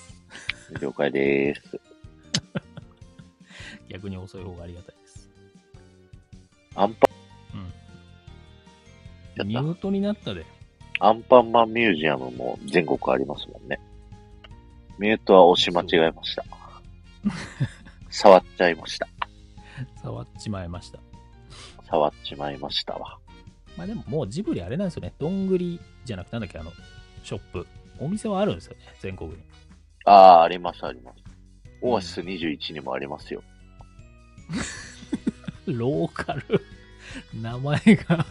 Speaker 1: 了解です。
Speaker 2: 逆に遅い方がありがたいです。
Speaker 1: アンパ
Speaker 2: うん。
Speaker 1: ン、
Speaker 2: ミ
Speaker 1: やっ
Speaker 2: ュートになったで。
Speaker 1: た。アンパンマンミュージアムも全国ありますもんね。ミュートは押し間違えました。触っちゃいました。
Speaker 2: 触っちまいました。
Speaker 1: 触っちまいましたわ。
Speaker 2: まあでももうジブリあれなんですよね。どんぐりじゃなくてなんだっけ、あの、ショップ。お店はあるんですよね。全国に。
Speaker 1: ああ、ありますあります。オアシス21にもありますよ。
Speaker 2: ローカル。 名前が。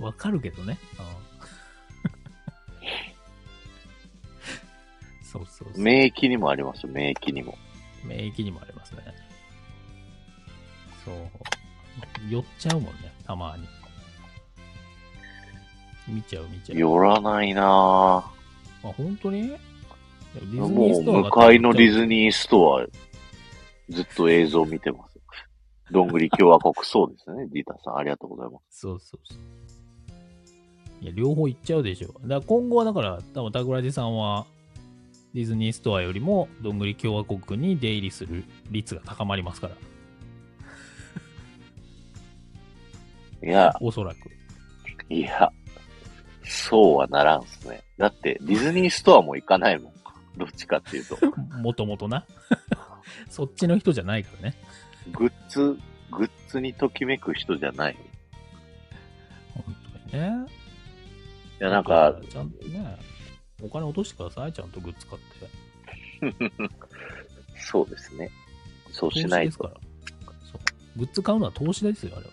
Speaker 2: わかるけどね。うんそうそうそう。
Speaker 1: 免疫にもあります、免疫にも。
Speaker 2: 免疫にもありますね。そう。寄っちゃうもんね、たまに。見ちゃう、見ちゃう。
Speaker 1: 寄らないな
Speaker 2: あ、本当にディ
Speaker 1: ぁ。
Speaker 2: ズニー
Speaker 1: も
Speaker 2: ストア
Speaker 1: う、
Speaker 2: が
Speaker 1: 向かいのディズニーストア、ずっと映像見てます。どんぐり共和国、そうですね。ディータさん、ありがとうございます。
Speaker 2: そうそうそう。いや、両方行っちゃうでしょ。だから今後はだから、多分タグラジさんは、ディズニーストアよりも、どんぐり共和国に出入りする率が高まりますから、
Speaker 1: いや、
Speaker 2: おそらく。
Speaker 1: いや、そうはならんっすね。だって、ディズニーストアも行かないもん。どっちかっていうと。
Speaker 2: もともとな。 そっちの人じゃないからね。
Speaker 1: グッズ、グッズにときめく人じゃない。い
Speaker 2: 本当にね。
Speaker 1: や、なんか、、
Speaker 2: ちゃんとね、お金落としてください、ちゃんとグッズ買って。
Speaker 1: そうですね。そう
Speaker 2: 投資
Speaker 1: しない
Speaker 2: ですか
Speaker 1: と
Speaker 2: ら。、そう。グッズ買うのは投資ですよ、あれは。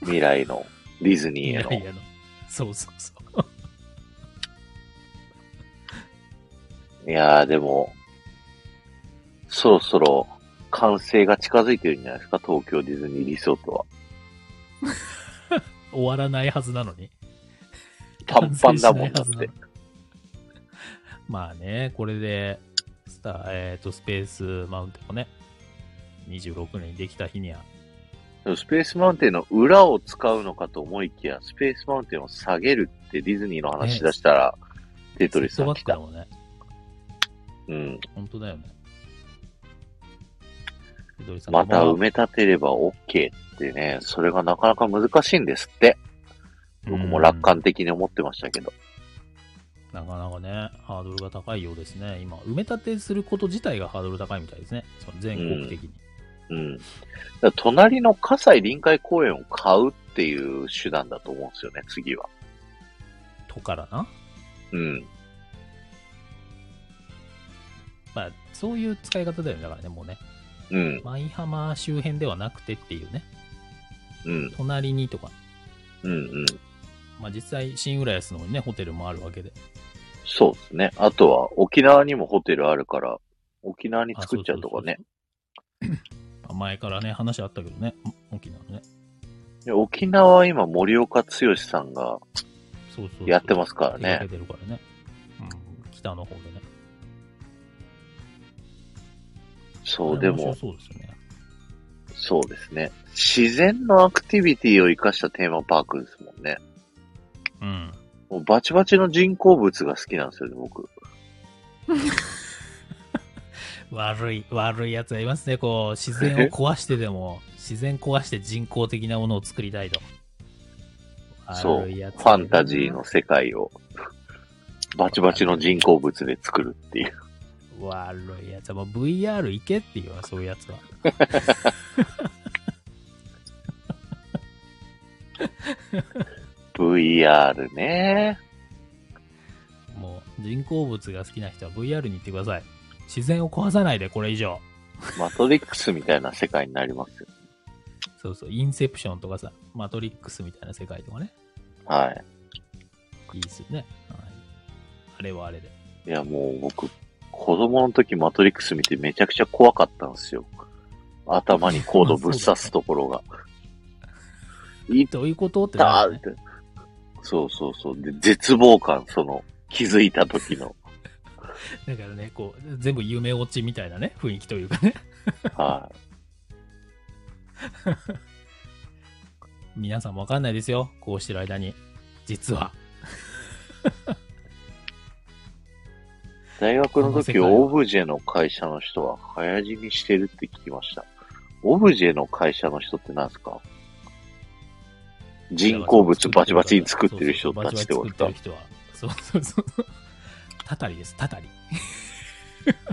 Speaker 1: 未来のディズニーへの
Speaker 2: いやいやの。そうそうそう。
Speaker 1: いやー、でも、そろそろ完成が近づいてるんじゃないですか、東京ディズニーリゾートは。
Speaker 2: 終わらないはずなのに。
Speaker 1: パンパンだもんだっ
Speaker 2: 完成しない
Speaker 1: て
Speaker 2: はず。なのに。 まあね、これで、スター、えっ、と、スペースマウンテンもね、26年にできた日には、
Speaker 1: でもスペースマウンテンの裏を使うのかと思いきや、スペースマウンテンを下げるってディズニーの話し出したら、テトリス
Speaker 2: ソ
Speaker 1: さ
Speaker 2: フト
Speaker 1: ん
Speaker 2: バ
Speaker 1: 来た。
Speaker 2: ックだもんね。
Speaker 1: うん。
Speaker 2: 本当だよね。手取りさん
Speaker 1: また
Speaker 2: こんばん
Speaker 1: 埋
Speaker 2: は
Speaker 1: め立てれば OK ってね、それがなかなか難しいんですって。僕も楽観的に思ってましたけど。
Speaker 2: なかなかね、ハードルが高いようですね。今、埋め立てすること自体がハードル高いみたいですね。その全国的に。
Speaker 1: うん。だから隣の葛西臨海公園を買うっていう手段だと思うんですよね、次は。
Speaker 2: とからな。
Speaker 1: うん。
Speaker 2: まあ、そういう使い方だよね。だからね、もうね。
Speaker 1: うん。
Speaker 2: 舞浜周辺ではなくてっていうね。
Speaker 1: うん。
Speaker 2: 隣にとか。
Speaker 1: うん。うん。
Speaker 2: まあ実際、新浦安の方にね、ホテルもあるわけで。
Speaker 1: そうですね。あとは、沖縄にもホテルあるから、沖縄に
Speaker 2: あ
Speaker 1: 作っちゃうとかね。。
Speaker 2: そうそうそうそう前からね、話あったけどね。沖縄のね。
Speaker 1: で沖縄は今、森岡剛さんが
Speaker 2: そうそうそう
Speaker 1: やってますから
Speaker 2: 手がけ
Speaker 1: ね。
Speaker 2: てるからね。うん。北の方でね。
Speaker 1: そう、
Speaker 2: あ
Speaker 1: で
Speaker 2: れ面白
Speaker 1: も、
Speaker 2: そうですよね。
Speaker 1: そうですね。自然のアクティビティを生かしたテーマパークですもんね。
Speaker 2: うん。
Speaker 1: もうバチバチの人工物が好きなんですよね、僕。
Speaker 2: 悪い、悪いやつがいますね。こう、自然を壊してで も、自然壊して人工的なものを作りたいと。
Speaker 1: そう。
Speaker 2: 悪
Speaker 1: フ
Speaker 2: いやつ
Speaker 1: ァンタジーの世界を、バチバチの人工物で作るっていう。
Speaker 2: 悪いやつは、もう VR 行けっていうわ、そういうやつは。
Speaker 1: VR ね。
Speaker 2: もう、人工物が好きな人は VR に行ってください。自然を壊さないで、これ以上。
Speaker 1: マトリックスみたいな世界になりますよ。
Speaker 2: そうそう、インセプションとかさ、マトリックスみたいな世界とかね。
Speaker 1: はい。
Speaker 2: いいですよね。はい、あれはあれで。
Speaker 1: いや、もう僕、子供の時マトリックス見てめちゃくちゃ怖かったんですよ。頭にコードぶっ刺すところが。いっ
Speaker 2: どういうことって
Speaker 1: た
Speaker 2: な
Speaker 1: ー
Speaker 2: る
Speaker 1: っ
Speaker 2: よね
Speaker 1: て。そうそうそう。で、絶望感、その、気づいた時 の。
Speaker 2: だからね、こう、全部夢落ちみたいなね、雰囲気というかね。
Speaker 1: はい。
Speaker 2: 皆さんもわかんないですよ。こうしてる間に。実は。
Speaker 1: 大学の
Speaker 2: この世
Speaker 1: 時、
Speaker 2: 界は
Speaker 1: オブジェの会社の人は早死にしてるって聞きました。オブジェの会社の人って何ですか人工物バチバチに作ってる人たちってことですか
Speaker 2: そうそうバチバチ作ってる人は。そうそうそう。たたりです、たたり。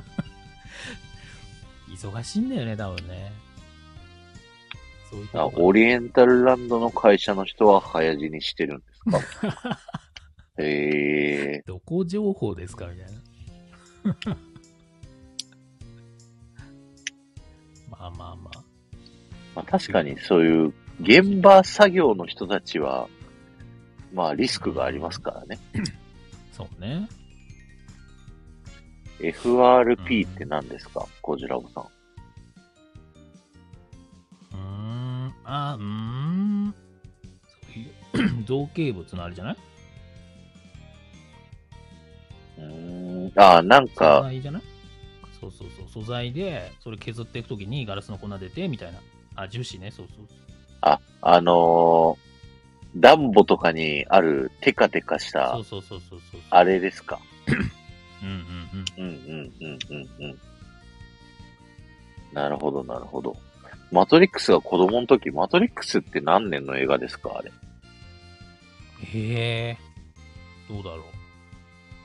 Speaker 2: 忙しいんだよね、多分ね。そういう
Speaker 1: あ
Speaker 2: ことか
Speaker 1: オリエンタルランドの会社の人は早死にしてるんですか へえ
Speaker 2: どこ情報ですかみたいな。 まあまあまあ。
Speaker 1: まあ、確かにそういう現場作業の人たちは、まあリスクがありますからね。
Speaker 2: そうね。
Speaker 1: FRP って何ですかコジラボさん。
Speaker 2: うーん、あ、うーん。そういう 造形物のあれじゃないう
Speaker 1: ーんああ、なん
Speaker 2: 素
Speaker 1: か、
Speaker 2: 材じゃないそうそうそう、素材で、それ削っていくときにガラスの粉出て、みたいな。あ、樹脂ね、そうそうそ
Speaker 1: あ、あのーダンボとかにあるテカテカした
Speaker 2: う。、そうそうそうそうそう。
Speaker 1: あれですか
Speaker 2: うんうんうん。
Speaker 1: うんうんうんうんうん。なるほど、なるほど。マトリックスが子供の時、マトリックスって何年の映画ですかあれ。
Speaker 2: へえ。どうだろ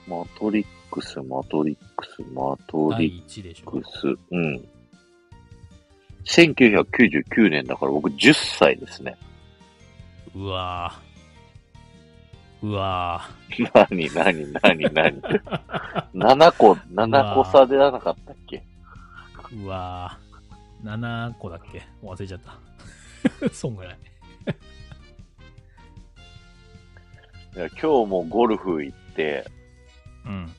Speaker 2: う。
Speaker 1: マトリックス、マトリックス、マト
Speaker 2: 第
Speaker 1: リ
Speaker 2: 1でし
Speaker 1: ック
Speaker 2: ょ。
Speaker 1: ス。うん。1999年だから僕10歳ですね。
Speaker 2: うわぁ。うわ
Speaker 1: 何、何、何、 何。7個、7個差でなかったっけ
Speaker 2: ぁ。うわぁ。7個だっけもう忘れちゃった。 そんぐらい。
Speaker 1: いや今日もゴルフ行って、
Speaker 2: うん。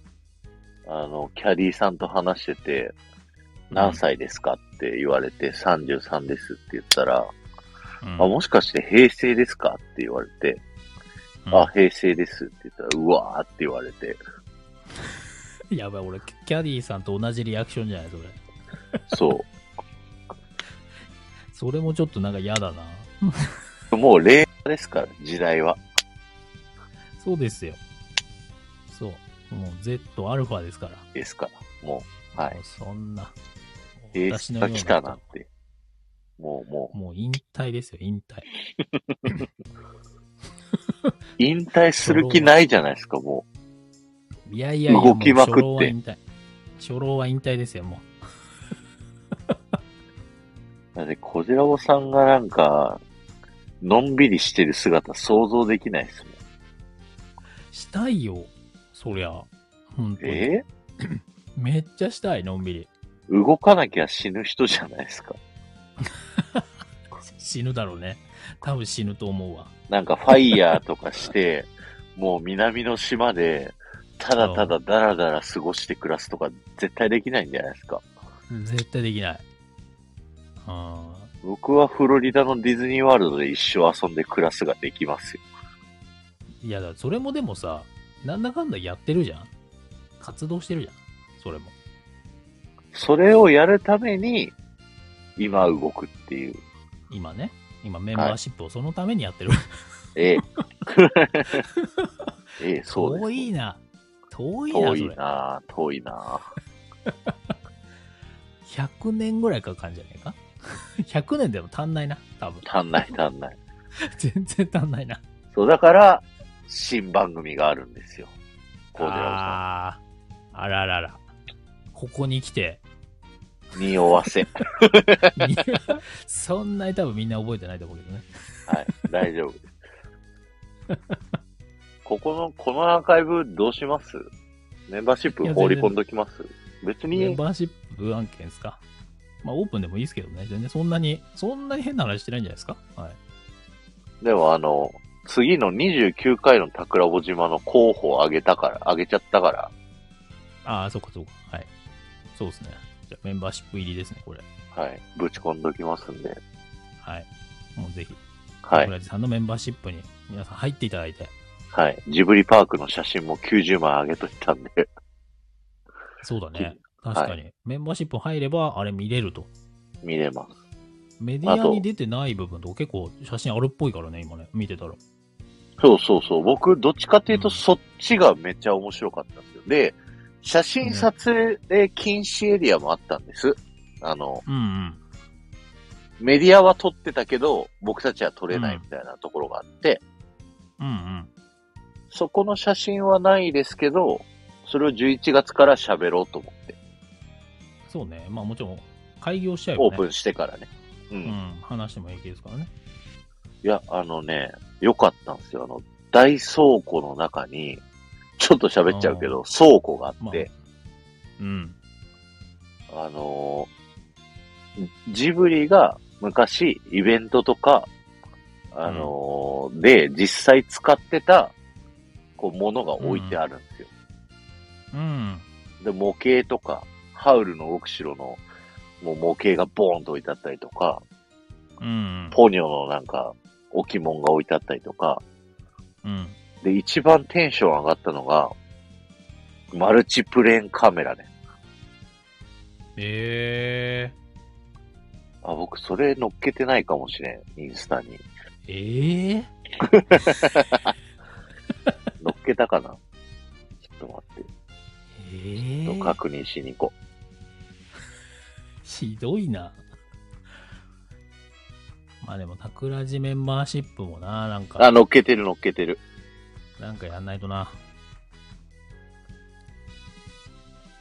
Speaker 1: あの、キャディーさんと話してて、何歳ですかって言われて、33ですって言ったら、
Speaker 2: うん、
Speaker 1: あ、もしかして平成ですかって言われて、
Speaker 2: うん
Speaker 1: あ、平成ですって言ったら、うわーって言われて、
Speaker 2: やばい、俺、キャディーさんと同じリアクションじゃない、それ。
Speaker 1: そう
Speaker 2: それもちょっとなんか嫌だな。。
Speaker 1: もう 令和ですから、時代は。
Speaker 2: そうですよ。そう。もう Z、アルファですから。
Speaker 1: ですから。もう、はい
Speaker 2: も。うそんな。
Speaker 1: 平
Speaker 2: 私
Speaker 1: 成
Speaker 2: の
Speaker 1: が
Speaker 2: よう
Speaker 1: 来
Speaker 2: な
Speaker 1: たなっ
Speaker 2: 人。
Speaker 1: て。もう、も
Speaker 2: もう引退ですよ、引退。
Speaker 1: う、引退する気ないじゃないですか、も
Speaker 2: いやいやいや、もう
Speaker 1: 動きまくって
Speaker 2: 初老は引退。初老は引退ですよ、も
Speaker 1: う。だって、小ジラボさんがなんか、のんびりしてる姿想像できないですもん。
Speaker 2: う。したいよ、そりゃ。本当に。
Speaker 1: え
Speaker 2: めっちゃしたい、のんびり。
Speaker 1: 動かなきゃ死ぬ人じゃないですか。
Speaker 2: 死ぬだろうね。多分死ぬと思うわ。
Speaker 1: なんかファイヤーとか して、もう南の島で、ただただダラダラ過ごして暮らすとか絶対できないんじゃないですか。
Speaker 2: 絶対できない。うん。
Speaker 1: 僕はフロリダのディズニーワールドで一生遊んで暮らすができますよ。
Speaker 2: いや、だからそれもでもさ、なんだかんだやってるじゃん。活動してるじゃん。それも。
Speaker 1: それをやるために、今動くっていう。
Speaker 2: 今ね。今メンバーシップをそのためにやってる。
Speaker 1: ええ。ええ、そうです。
Speaker 2: 遠いな。遠いな、
Speaker 1: 遠
Speaker 2: それ
Speaker 1: い。な遠いな
Speaker 2: 100年ぐらいかかんじゃねえ か ?100 年でも足んないな。多分。
Speaker 1: 足んない足んない。
Speaker 2: 全然足んないな。
Speaker 1: そう、だから、新番組があるんですよ。コーデラ
Speaker 2: あーあららら。ここに 来て、
Speaker 1: さん。匂わせ。
Speaker 2: みそんなに多分みんな覚えてないと思うけどね。
Speaker 1: はい、大丈夫です。ここの、このアーカイブどうしますメンバーシップ放り込んどきます別
Speaker 2: メン
Speaker 1: に、
Speaker 2: バーシップ案件ですか。まあ、オープンでもいいですけどね。全然そんなに、そんなに変な話してないんじゃないですか。はい。
Speaker 1: でもあの、次の29回の桜穂島の候補を上げたから、上げちゃったから、
Speaker 2: ああ、そうかそうか。はい。そうですね。じゃあメンバーシップ入りですね、これ。
Speaker 1: はい、ぶち込んどきますんで、
Speaker 2: はい。もうぜひ、
Speaker 1: は
Speaker 2: ブ
Speaker 1: い、
Speaker 2: ラジさんのメンバーシップに皆さん入っていただいて。
Speaker 1: はい、ジブリパークの写真も90枚上げといたんで、
Speaker 2: そうだね。
Speaker 1: い
Speaker 2: 確かに。メンバーシップ入れば、あれ見れると。
Speaker 1: 見れます。
Speaker 2: メディアに出てない部分とか結構写真あるっぽいからね、今ね。見てたら。
Speaker 1: そうそうそう。僕、どっちかっていうと、
Speaker 2: うん
Speaker 1: そっちがめっちゃ面白かったんですよ。で、写真撮影禁止エリアもあったんです。あの、
Speaker 2: うんうん。
Speaker 1: メディアは撮ってたけど、僕たちは撮れないみたいなところがあって、
Speaker 2: うんうん。
Speaker 1: そこの写真はないですけど、それを11月から喋ろうと思って、
Speaker 2: そうね。まあもちろん、開業しちゃえば、ね。
Speaker 1: オープンしてからね。うん。
Speaker 2: う
Speaker 1: い
Speaker 2: ん。話してもいいですからね。
Speaker 1: や、あのね、良かったんですよ。あの、大倉庫の中に、ちょっと喋っちゃうけど、倉庫があ
Speaker 2: ま
Speaker 1: っ
Speaker 2: あ
Speaker 1: て、。
Speaker 2: うん。
Speaker 1: あのージブリが昔イベントとか、あのーで実際使ってた、こう、ものが置いてあるんですよ。
Speaker 2: うん。
Speaker 1: で、模型とか、ハウルの動く城の、もう模型がボーンと置いてあったりとか、
Speaker 2: うん。
Speaker 1: ポニョのなんか、置物が置いてあったりとか、
Speaker 2: うん。
Speaker 1: で、一番テンション上がったのが、マルチプレーンカメラね。
Speaker 2: え
Speaker 1: あ、僕、それ乗っけてないかもしれん、インスタに。
Speaker 2: ー、ええ
Speaker 1: 乗っけたかな ちょっと待って。
Speaker 2: ええ
Speaker 1: 確認しに行こ
Speaker 2: ひどいな。まあでも、桜地メンバーシップもな、なん
Speaker 1: う。あ、
Speaker 2: か、
Speaker 1: 乗っけてる乗っけてる。
Speaker 2: なんかやんないとな。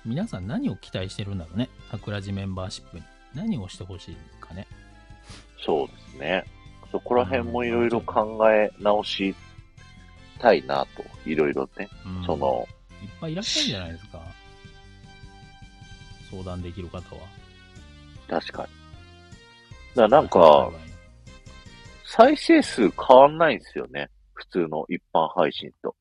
Speaker 2: 皆さん何を期待してるんだろうね。桜地メンバーシップに。何をしてほしいかね。
Speaker 1: そうですね。そこら辺もいろいろ考え直したいなと。いろいろね。
Speaker 2: うん、
Speaker 1: そ。の、
Speaker 2: いっぱいいらっしゃるんじゃないですか。相談できる方は。
Speaker 1: 確かに。だからなんか、、再生数変わんないんですよね。普通の一般配信と。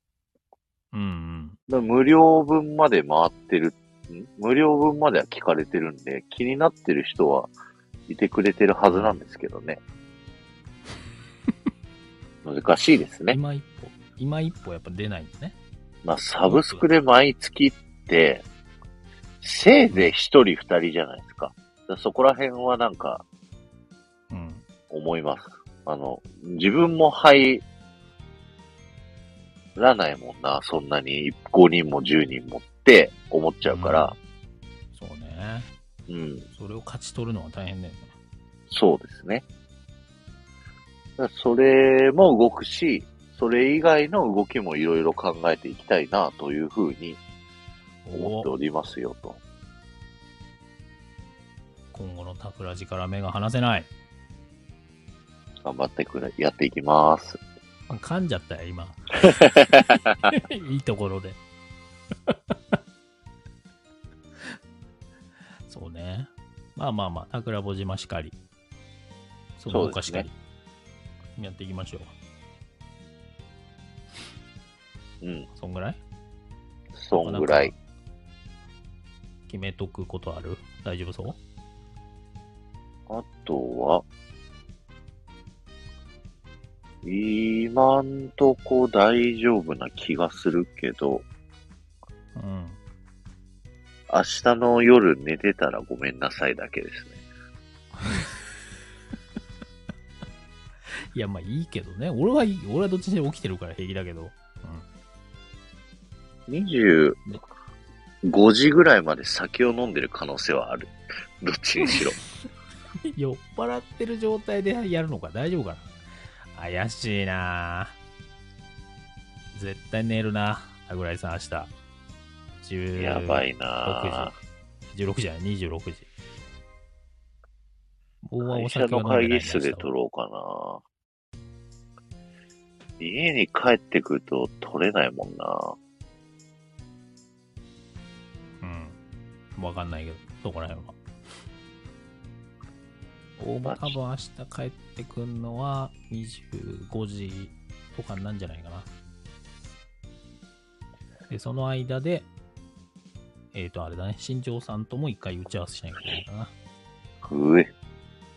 Speaker 2: うんうん。
Speaker 1: だから無料分まで回ってる。ん無料分までは聞かれてるんで、気になってる人はいてくれてるはずなんですけど ね。難しいですね。
Speaker 2: 今一歩、今一歩やっぱ出ないんですね。
Speaker 1: まあ、サブスクで毎月って、せいぜい一人二人じゃないですか。だからそこら辺はなんか
Speaker 2: うん。
Speaker 1: 思います。あの、自分も入らないもんな、そんなに5人も10人もって思っちゃうから、
Speaker 2: そうね。
Speaker 1: うん、
Speaker 2: それを勝ち取るのは大変だよね。
Speaker 1: そうですね。だからそれも動くし、それ以外の動きもいろいろ考えていきたいなというふうに思っておりますよと。
Speaker 2: 今後のタクラジから目が離せない。
Speaker 1: 頑張ってくれ、やっていきます。
Speaker 2: パン噛んじゃった よ、今。いいところで。 そうね。まあまあまあ、桜ぼ島しかり、その他しかり、やっていきましょう。
Speaker 1: うん。
Speaker 2: そんぐらい
Speaker 1: そんぐらい。
Speaker 2: 決めとくことある大丈夫そう
Speaker 1: あとは、今んとこ大丈夫な気がするけど、
Speaker 2: うん。
Speaker 1: 明日の夜寝てたらごめんなさいだけですね。
Speaker 2: いや、まあいいけどね。俺はいい。俺はどっちにしろ起きてるから平気だけど。
Speaker 1: 25時ぐらいまで酒を飲んでる可能性はある。どっちにしろ。
Speaker 2: 酔っ払ってる状態でやるのか大丈夫かな怪しいなぁ絶対寝るな桜井さん明日10
Speaker 1: やばいなぁ。
Speaker 2: 16時16時じゃない26時もう
Speaker 1: 会
Speaker 2: お
Speaker 1: 社
Speaker 2: 酒は
Speaker 1: の
Speaker 2: 飲んで
Speaker 1: 会
Speaker 2: ない
Speaker 1: 議室で撮ろうかな。家に帰ってくると撮れないもんな。
Speaker 2: うんわかんないけどそこら辺は大場多分明日帰ってくんのは25時とかになんじゃないかなでその間でえっ、とあれだね新庄さんとも一回打ち合わせしないといけないかな
Speaker 1: うえ、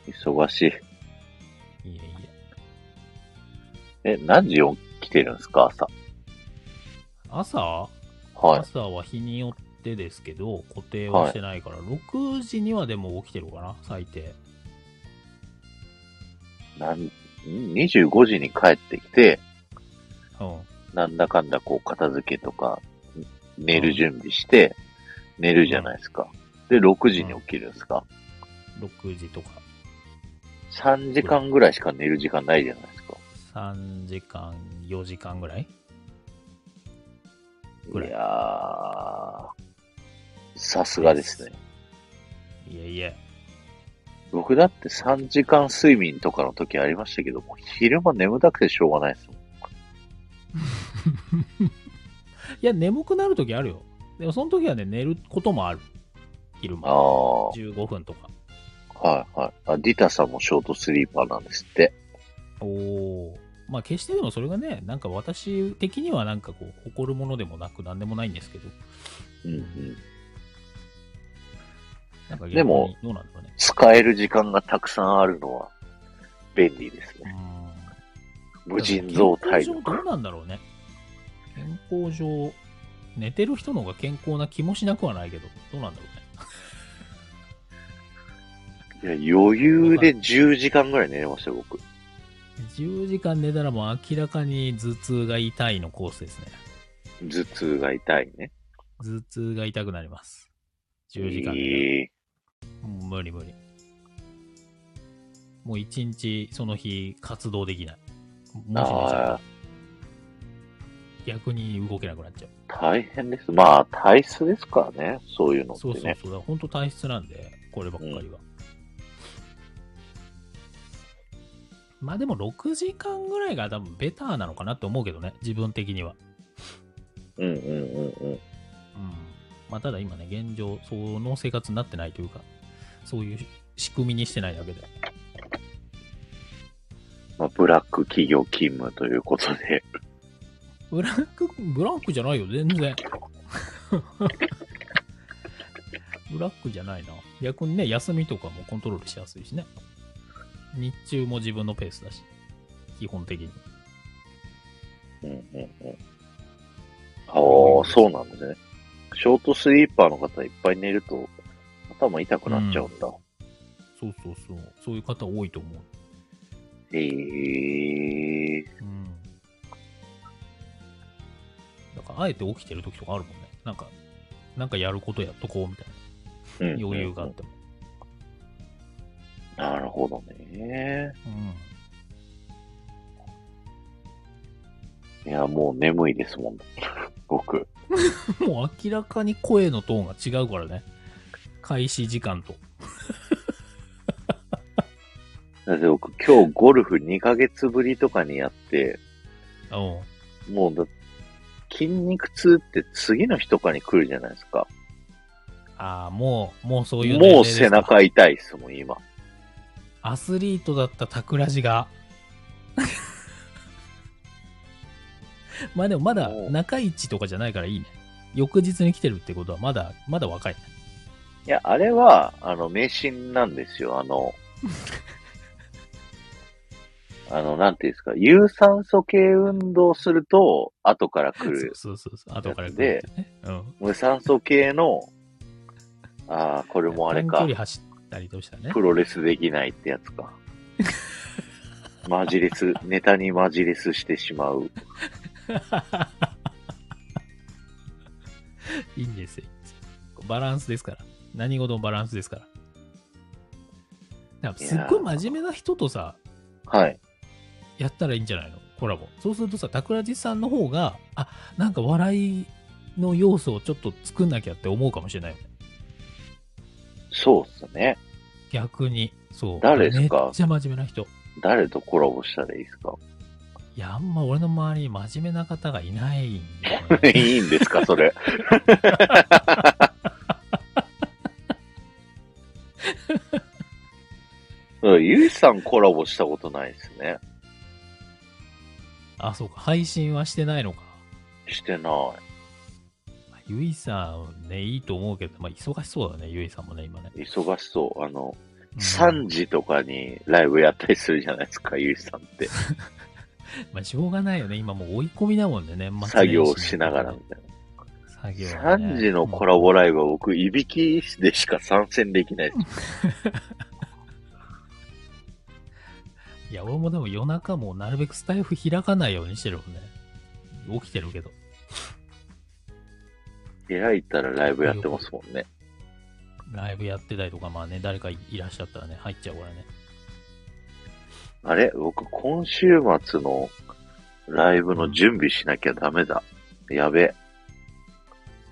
Speaker 1: 忙しい。
Speaker 2: いえいえ
Speaker 1: え、何時起きてるんですか朝。
Speaker 2: 朝
Speaker 1: はい。
Speaker 2: 朝は日によってですけど固定はしてないから、6時にはでも起きてるかな最低
Speaker 1: なんん25時に帰ってきて、
Speaker 2: うん
Speaker 1: なんだかんだこう片付けとか、ん寝る準備して、寝るじゃないですか。で、6時に起きるんですか。
Speaker 2: 6時とか
Speaker 1: 3時間ぐらいしか寝る時間ないじゃないですか。
Speaker 2: 3時間4時間ぐらいぐらい
Speaker 1: いやー、さすがですね。
Speaker 2: いえいえ
Speaker 1: 僕だって3時間睡眠とかの時ありましたけども、昼間眠たくてしょうがないですもん。
Speaker 2: いや、眠くなるときあるよ。でも、その時はね、寝ることもある。昼
Speaker 1: あ
Speaker 2: 間。
Speaker 1: あ、はい
Speaker 2: 15分とか。
Speaker 1: はい。あ、ディタさんもショートスリーパーなんですって。
Speaker 2: おお。まあ、決してでもそれがね、なんか私的にはなんかこう、誇るものでもなく、なんでもないんですけど、
Speaker 1: うんうん。
Speaker 2: なんか逆に
Speaker 1: でも、
Speaker 2: どうなんだろうね。
Speaker 1: 使える時間がたくさんあるのは便利です
Speaker 2: う
Speaker 1: ね。
Speaker 2: ん。
Speaker 1: 無尽蔵体
Speaker 2: 健康上どう
Speaker 1: 力。
Speaker 2: なんだろうね。健康上、寝てる人の方が健康な気もしなくはないけど、どうなんだろうね。
Speaker 1: いや、余裕で10時間ぐらい寝れましたよ、僕。
Speaker 2: 10時間寝たらもう明らかに頭痛が痛いのコースですね。
Speaker 1: 頭痛が痛いね。
Speaker 2: 頭痛が痛くなります。10時間寝る
Speaker 1: え
Speaker 2: もう無理無理。もう一日その日活動できない。
Speaker 1: ー
Speaker 2: もし寝ちゃ
Speaker 1: あ
Speaker 2: うと逆に動けなくなっちゃう。
Speaker 1: ー大変です。まあ、体質ですからね、そういうのって
Speaker 2: そ
Speaker 1: ね。
Speaker 2: うそうそう。だ本当体質なんで、こればっかりは。まあでも6時間ぐらいが多分ベターなのかなって思うけどね、自分的には。
Speaker 1: うんうんうんうん。
Speaker 2: うん。まあただ今ね、現状、その生活になってないというか、そういう仕組みにしてないだけで。
Speaker 1: まあ、ブラック企業勤務ということで。
Speaker 2: ブラック、ブラックじゃないよ、全 然。ブラックじゃないな。逆にね、休みとかもコントロールしやすいしね。日中も自分のペースだし、基本的に。
Speaker 1: うんうんうん。ああ、そうなんですね。ショートスリーパーの方いっぱい寝ると頭痛くなっちゃうんだ。
Speaker 2: そうそうそう。そういう方多いと思う。
Speaker 1: へえ
Speaker 2: うん。だから、あえて起きてる時とかあるもんね。なんか、なんかやることやっとこうみたい
Speaker 1: うんうんう
Speaker 2: な。
Speaker 1: ん
Speaker 2: 余裕があっても。
Speaker 1: なるほどね。
Speaker 2: うん。
Speaker 1: いや、もう眠いですもん。僕。
Speaker 2: もう明らかに声のトーンが違うからね。開始時間と。
Speaker 1: だって僕、今日ゴルフ2ヶ月ぶりとかにやって、
Speaker 2: うん。
Speaker 1: もうだ、筋肉痛って次の日とかに来るじゃないですか。
Speaker 2: ああ、もう、もうそういう年
Speaker 1: も
Speaker 2: 齢
Speaker 1: う
Speaker 2: ですか
Speaker 1: 背中痛いっすもん、今。
Speaker 2: アスリートだったタクラジが。 まあでもまだ
Speaker 1: おう
Speaker 2: 中市とかじゃないからいいね。翌日に来てるってことはまだ、まだ若いね。
Speaker 1: いや、あれは、あの、迷信なんですよ。あ の、あの、なんていうんですか、有酸素系運動すると、後から来る。
Speaker 2: そうそうそう。後から来る
Speaker 1: で
Speaker 2: ってね。うん。
Speaker 1: 無酸素系の、ああ、これもあれ
Speaker 2: 短
Speaker 1: か
Speaker 2: 距離、走ったりとしたね
Speaker 1: プ。ロレスできないってやつ か。マジレス、ネタにマジレスしてしまう。
Speaker 2: いいんですよ。バランスですから。何事もバランスですから。なんかすっごい真面目な人とさ、
Speaker 1: はい。
Speaker 2: やったらいいんじゃないのコラボ。そうするとさ、桜地さんの方が、あ、なんか笑いの要素をちょっと作んなきゃって思うかもしれないよね。
Speaker 1: そうっすね。
Speaker 2: 逆に。そう。
Speaker 1: 誰ですか
Speaker 2: めっちゃ真面目な人。
Speaker 1: 誰とコラボしたらいいですか
Speaker 2: いや、あんま俺の周りに真面目な方がいないんだよ ね
Speaker 1: いいんですか、そ れ。うんゆいさんコラボしたことないですね。
Speaker 2: あ、そうか。配信はしてないのか。
Speaker 1: してない。
Speaker 2: ゆいさんね、いいと思うけど、まあ、忙しそうだね、ゆいさんもね、今ね。
Speaker 1: 忙しそう。あの、
Speaker 2: うん
Speaker 1: 3時とかにライブやったりするじゃないですか、ゆいさんって。
Speaker 2: まあ、しょうがないよね。今もう追い込みだもんね、年末年始
Speaker 1: 作業しながらみたい
Speaker 2: 作業、ね。
Speaker 1: な。3時のコラボライブは僕、いびきでしか参戦できないです。
Speaker 2: いや、俺もでも夜中もうなるべくスタイフ開かないようにしてるもんね。起きてるけど。
Speaker 1: 開いたらライブやってますもんね。
Speaker 2: ライブやってたりとか、まあね、誰かいらっしゃったらね、入っちゃうからね。
Speaker 1: あれ僕、今週末のライブの準備しなきゃダメだ。やべ。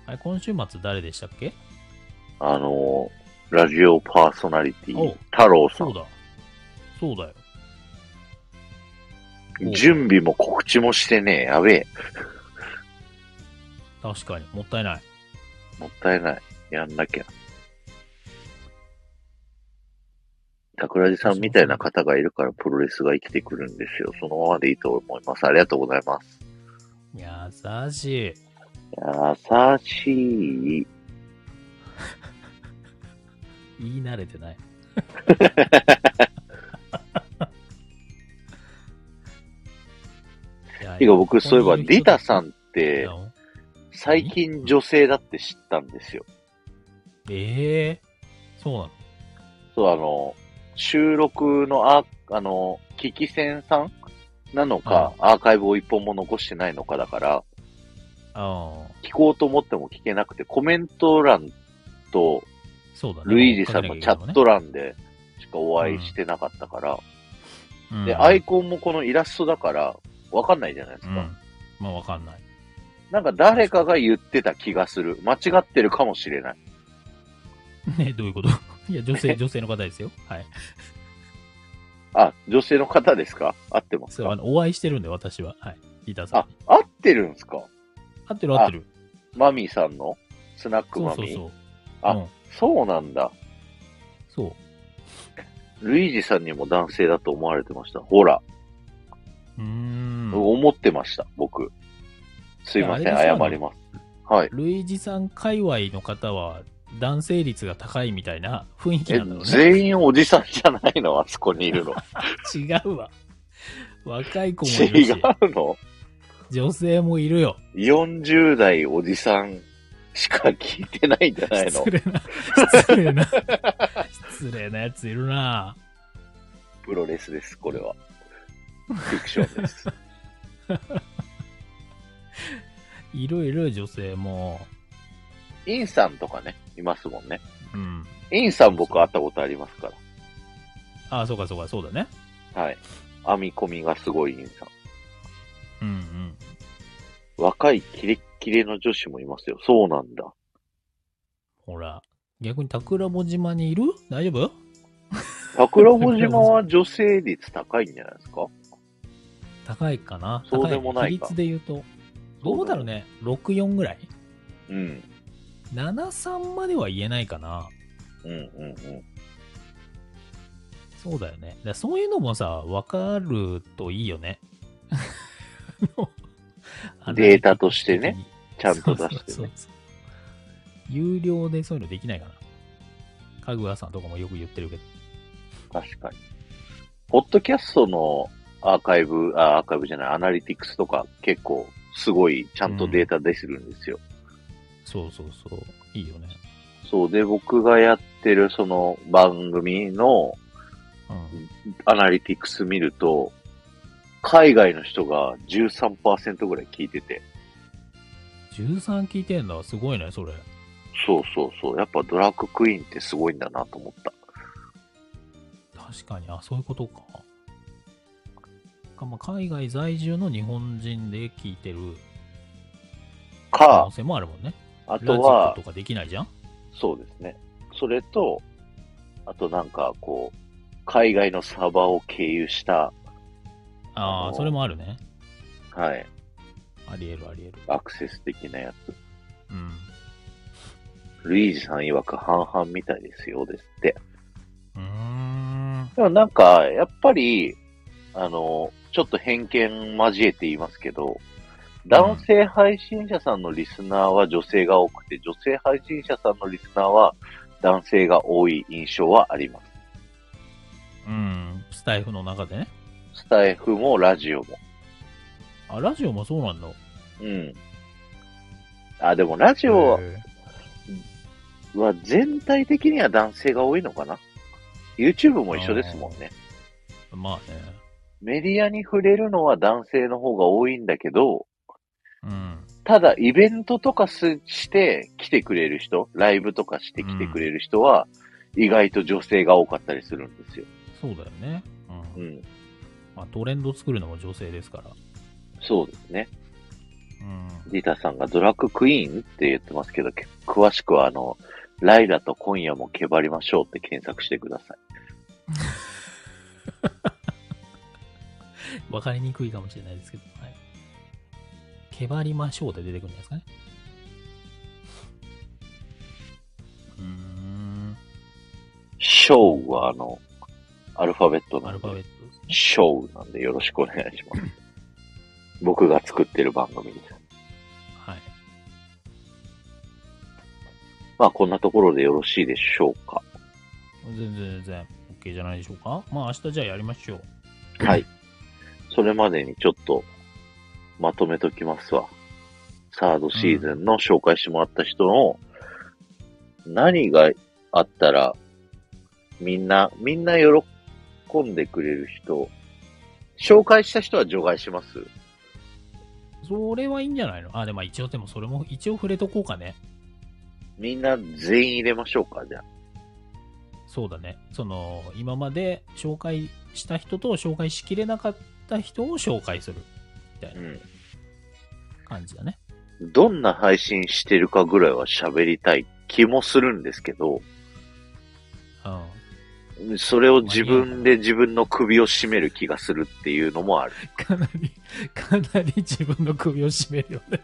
Speaker 2: あれ、今週末誰でしたっけ
Speaker 1: あのーラジオパーソナリテ
Speaker 2: お
Speaker 1: ィ、太郎さ。
Speaker 2: そうんだ。そうだよ。おう
Speaker 1: 準備も告知もしてねえ。やべえ。
Speaker 2: 確かに、もったいない。
Speaker 1: もったいない。やんなきゃ。桜地さんみたいな方がいるからプロレスが生きてくるんですよ。そのままでいいと思います。ありがとうございます。
Speaker 2: 優しい。
Speaker 1: 優しい。
Speaker 2: 言い慣れ てない。いや
Speaker 1: てか僕、そういえば、リタさんっ
Speaker 2: い
Speaker 1: て
Speaker 2: や、
Speaker 1: 最近女性だって知ったんですよ。
Speaker 2: ええそうなの
Speaker 1: そう、あの、収録のアー、あの、危機戦さんなのか、アーカイブを一本も残してないのかだから、
Speaker 2: ああ、
Speaker 1: 聞こうと思っても聞けなくて、コメント欄と、
Speaker 2: そうだね。
Speaker 1: ルイージさんのチャット欄でしかお会いしてなかったから、で、アイ
Speaker 2: コ
Speaker 1: コンもこのイラストだから、わかんないじゃないです
Speaker 2: うん。う
Speaker 1: か。
Speaker 2: んまあ、わかんない。
Speaker 1: なんか誰かが言ってた気がする。間違ってるかもしれない。
Speaker 2: ね、どういうこと いや、女性、女性の 方ですよ。はい。
Speaker 1: あ、女性の方ですか合ってます
Speaker 2: そう、あ
Speaker 1: か
Speaker 2: の、お会いしてるんで、私は。はい。リタさん
Speaker 1: あ
Speaker 2: に。、
Speaker 1: 合ってるんすか
Speaker 2: 合ってる合ってる。
Speaker 1: マミーさんのスナック
Speaker 2: そ
Speaker 1: マ
Speaker 2: うそう
Speaker 1: ミ
Speaker 2: そ
Speaker 1: ー
Speaker 2: う。
Speaker 1: あ
Speaker 2: うん、
Speaker 1: そうなんだ。
Speaker 2: そ
Speaker 1: ルイージさんにも男性だと思われてました。ほら、
Speaker 2: う。うーん。
Speaker 1: 思ってました、僕。すいません、
Speaker 2: いやあれでしょ
Speaker 1: 謝ります。はい。
Speaker 2: ルイージさん界隈の方は男性率が高いみたいな雰囲気
Speaker 1: え
Speaker 2: なんだろ、うね。
Speaker 1: 全員おじさんじゃないの あそこにいる の。
Speaker 2: 違うわ。若い子もいる
Speaker 1: 違う
Speaker 2: し、
Speaker 1: の
Speaker 2: 女性もいるよ。
Speaker 1: ?40 代おじさんしか聞いてないんじゃないの
Speaker 2: 失礼な、失礼な、失礼なやついるな
Speaker 1: プロレスです、これは。フィクションです。
Speaker 2: いるいる女性も。
Speaker 1: インさんとかね、いますもんね。
Speaker 2: うん。
Speaker 1: インさん僕会ったことありますか
Speaker 2: ああ、そうかそうか、そうだね。
Speaker 1: ら。はい。編み込みがすごいインさん。
Speaker 2: うんうん。
Speaker 1: 若いキレッキレの女子もいますよ。そうなんだ。
Speaker 2: ほら、逆に桜穂島にいる大丈夫
Speaker 1: 桜穂島は女性率高いんじゃないですか
Speaker 2: 高いかな。
Speaker 1: そうでもないか
Speaker 2: 高比率で言うと。どうだろうね。64ぐらい
Speaker 1: うん。
Speaker 2: ?73 までは言えないかな。
Speaker 1: うんうん
Speaker 2: そうだよね。だからそういうのもさ、わかるといいよね。 あの
Speaker 1: データとしてね。ちゃんと出してね
Speaker 2: そうそうそう有料でそういうのできないかな。かぐわさんとかもよく言ってるけど。
Speaker 1: うん。確かに。ポッドキャストのアーカイブ、あアーカイブじゃない、アナリティクスとか結構すごいちゃんとデータ出してるんですよ。
Speaker 2: そうそうそう。いいよね。
Speaker 1: そうで、僕がやってるその番組の
Speaker 2: うん。
Speaker 1: アナリティクス見ると、海外の人が13%ぐらい聞いてて、
Speaker 2: 13聞いてんだ。すごいね、それ。
Speaker 1: そうそうそう、やっぱドラッグクイーンってすごいんだなと思った。
Speaker 2: 確かに、あ、そういうことか。かまあ、海外在住の日本人で聞いてる可
Speaker 1: か
Speaker 2: 能、性もあるもんね。
Speaker 1: あ
Speaker 2: ラジ
Speaker 1: と
Speaker 2: コ
Speaker 1: は
Speaker 2: と、かできないじゃん
Speaker 1: そうですね。それと、あとなんかこう、海外のサーバーを経由した、
Speaker 2: あ
Speaker 1: あの
Speaker 2: あ、それもあるね。
Speaker 1: はい、
Speaker 2: ありえるありえる。
Speaker 1: アクセス的なやつ。
Speaker 2: うん。
Speaker 1: ルイージさん曰く半々みたいですよ、ですって。
Speaker 2: うーん。
Speaker 1: でもなんか、やっぱり、あの、ちょっと偏見交えて言いますけど、男性配信者さんのリスナーは女性が多くて、女性配信者さんのリスナーは男性が多い印象はあります。
Speaker 2: うん。スタイフの中でね。
Speaker 1: スタイフもラジオも。
Speaker 2: あ、ラジオもそうなんだ。
Speaker 1: うん。あ、でもラジオ
Speaker 2: へ
Speaker 1: は全体的には男性が多いのかな ?YouTube も一緒ですもんね。
Speaker 2: ーまあね。
Speaker 1: メディアに触れるのは男性の方が多いんだけど、
Speaker 2: うん。
Speaker 1: ただ、イベントとかすして来てくれる人、ライブとかして来てくれる人は、意外と女性が多かったりするんですよ。
Speaker 2: そうだよね。う。
Speaker 1: うんん。
Speaker 2: まあ、トレンド作るのも女性ですから。
Speaker 1: そうですね。
Speaker 2: うん。
Speaker 1: リタさんがドラッグクイーンって言ってますけど、け詳しくは、あの、ライラと今夜もけばりましょうって検索してください。
Speaker 2: わかりにくいかもしれないですけど。はい。けばりましょうって出てくるんじゃないですかね。うーん。
Speaker 1: ショーは、あの、アルファベット
Speaker 2: ア
Speaker 1: な
Speaker 2: ル
Speaker 1: ん
Speaker 2: ファベ
Speaker 1: で、
Speaker 2: ットですね。
Speaker 1: ショーなんでよろしくお願いします。 僕が作ってる番組です。
Speaker 2: はい。
Speaker 1: まあ、こんなところでよろしいでしょうか。
Speaker 2: 全然全然 OK じゃないでしょうか。まあ明日じゃあやりましょう。
Speaker 1: はい。それまでにちょっとまとめときますわ。サードシーズンの紹介してもらった人の何があったらみんな、みんな喜んでくれる人、紹介した人は除外します
Speaker 2: それはいいんじゃないのあ、でもまあ一応でもそれも一応触れとこうかね。
Speaker 1: みんな全員入れましょうか、じゃあ。
Speaker 2: そうだね。その、今まで紹介した人と紹介しきれなかった人を紹介する
Speaker 1: う
Speaker 2: 感じだね。
Speaker 1: ん。どんな配信してるかぐらいは喋りたい気もするんですけど、
Speaker 2: うん。
Speaker 1: それを自分で自分の首を絞める気がするっていうのもある。
Speaker 2: かなり、かなり自分の首を絞めるよね。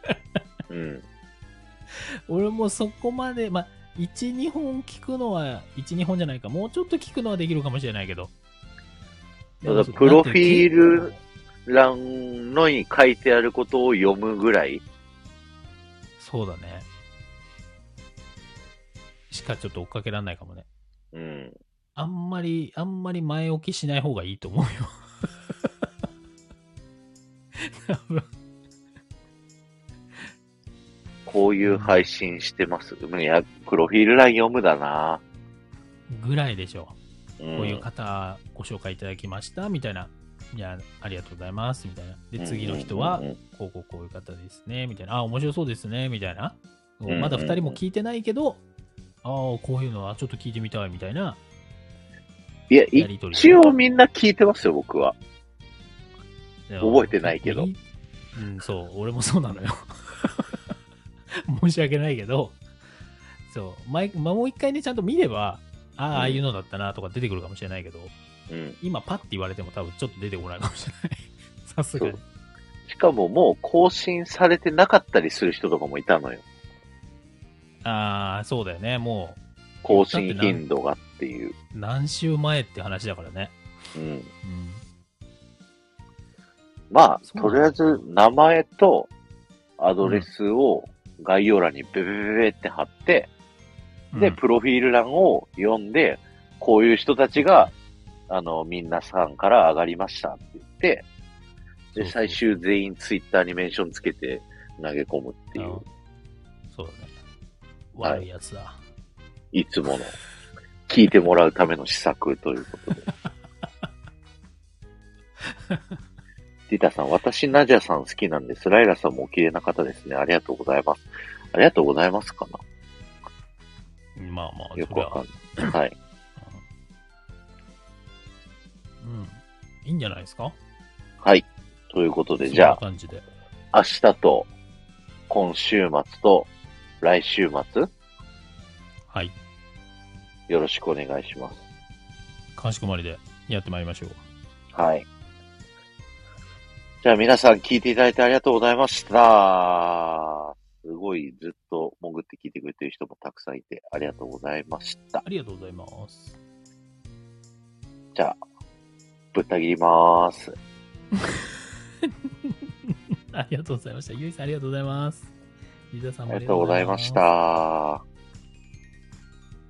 Speaker 1: うん。
Speaker 2: 俺もそこまで、まあ、1、2本聞くのは、1、2本じゃないか。もうちょっと聞くのはできるかもしれないけど。でも
Speaker 1: ただ
Speaker 2: その
Speaker 1: プロフィール欄のに書いてあることを読むぐらい。
Speaker 2: そうだね。しかちょっと追っかけられないかもね。
Speaker 1: うん。
Speaker 2: あんまり、あんまり前置きしない方がいいと思うよ。 多分
Speaker 1: こういう配信してます。うんいや、プロフィール欄読むだな。
Speaker 2: ぐらいでしょ
Speaker 1: う
Speaker 2: う。
Speaker 1: ん。
Speaker 2: こういう方ご紹介いただきました、みたいな。いや、ありがとうございます、みたいな。で、次の人は
Speaker 1: うん、うん
Speaker 2: こうこうこういう方ですね、みたいな。あ、面白そうですね、みたいな。
Speaker 1: んうん
Speaker 2: まだ2人も聞いてないけど、ああ、こういうのはちょっと聞いてみたい、みたいな。
Speaker 1: いや、
Speaker 2: やりとり
Speaker 1: 一応みんな聞いてますよ、僕は。覚
Speaker 2: 覚
Speaker 1: えてないけど
Speaker 2: うん、そう、俺もそうなのよ。 申し訳ないけど、そう、前まあもう一回ね、ちゃんと見れば、ああ、ああいうのだったなとか出てくるかもしれないけど、
Speaker 1: うん。
Speaker 2: 今パッて言われても多分ちょっと出てこないかもしれない。 さすがに。
Speaker 1: しかももう更新されてなかったりする人とかもいたのよ。
Speaker 2: ああ、そうだよね。も
Speaker 1: 更新頻度がっていう。
Speaker 2: う、何週前って話だからね。
Speaker 1: うん。
Speaker 2: うん。
Speaker 1: まあ、
Speaker 2: そう
Speaker 1: とりあえず名前とアドレスを概要欄にベベベベって貼って、で、
Speaker 2: うん
Speaker 1: プロフィール欄を読んで、こういう人たちが、あの、みんなさんから上がりましたって言って、
Speaker 2: そうそ
Speaker 1: で、
Speaker 2: う
Speaker 1: 最終全員ツイッターにメンションつけて投げ込むってい
Speaker 2: あ
Speaker 1: う
Speaker 2: の、そうだね。
Speaker 1: はい
Speaker 2: 悪いやつだ。
Speaker 1: いつもの、聞いてもらうための施策ということで。ディータさん、私、ナジャさん好きなんです。ライラさんもお綺麗な方ですね。ありがとうございます。ありがとうございますか
Speaker 2: まあまあ、
Speaker 1: なよ
Speaker 2: そ
Speaker 1: く
Speaker 2: れ
Speaker 1: わ
Speaker 2: は。
Speaker 1: かんない。はい。
Speaker 2: うん。いいんじゃないですか
Speaker 1: はい。ということで、
Speaker 2: そん
Speaker 1: じゃ
Speaker 2: な
Speaker 1: あ、
Speaker 2: 感じで。
Speaker 1: 明日と、今週末と、来週末、
Speaker 2: はい。
Speaker 1: よろしくお願いします。
Speaker 2: かしこまりでやってまいりましょう。
Speaker 1: はい。じゃあ皆さん聞いていただいてありがとうございました。すごいずっと潜って聞いてくれてる人もたくさんいてありがとうございました。
Speaker 2: ありがとうございます。
Speaker 1: じゃあ、ぶった切りまーす。
Speaker 2: ありがとうございました。ゆいさん、ありがとうございます。リザさん
Speaker 1: あ
Speaker 2: も
Speaker 1: りがとうございまし
Speaker 2: ありがとうございます。
Speaker 1: た。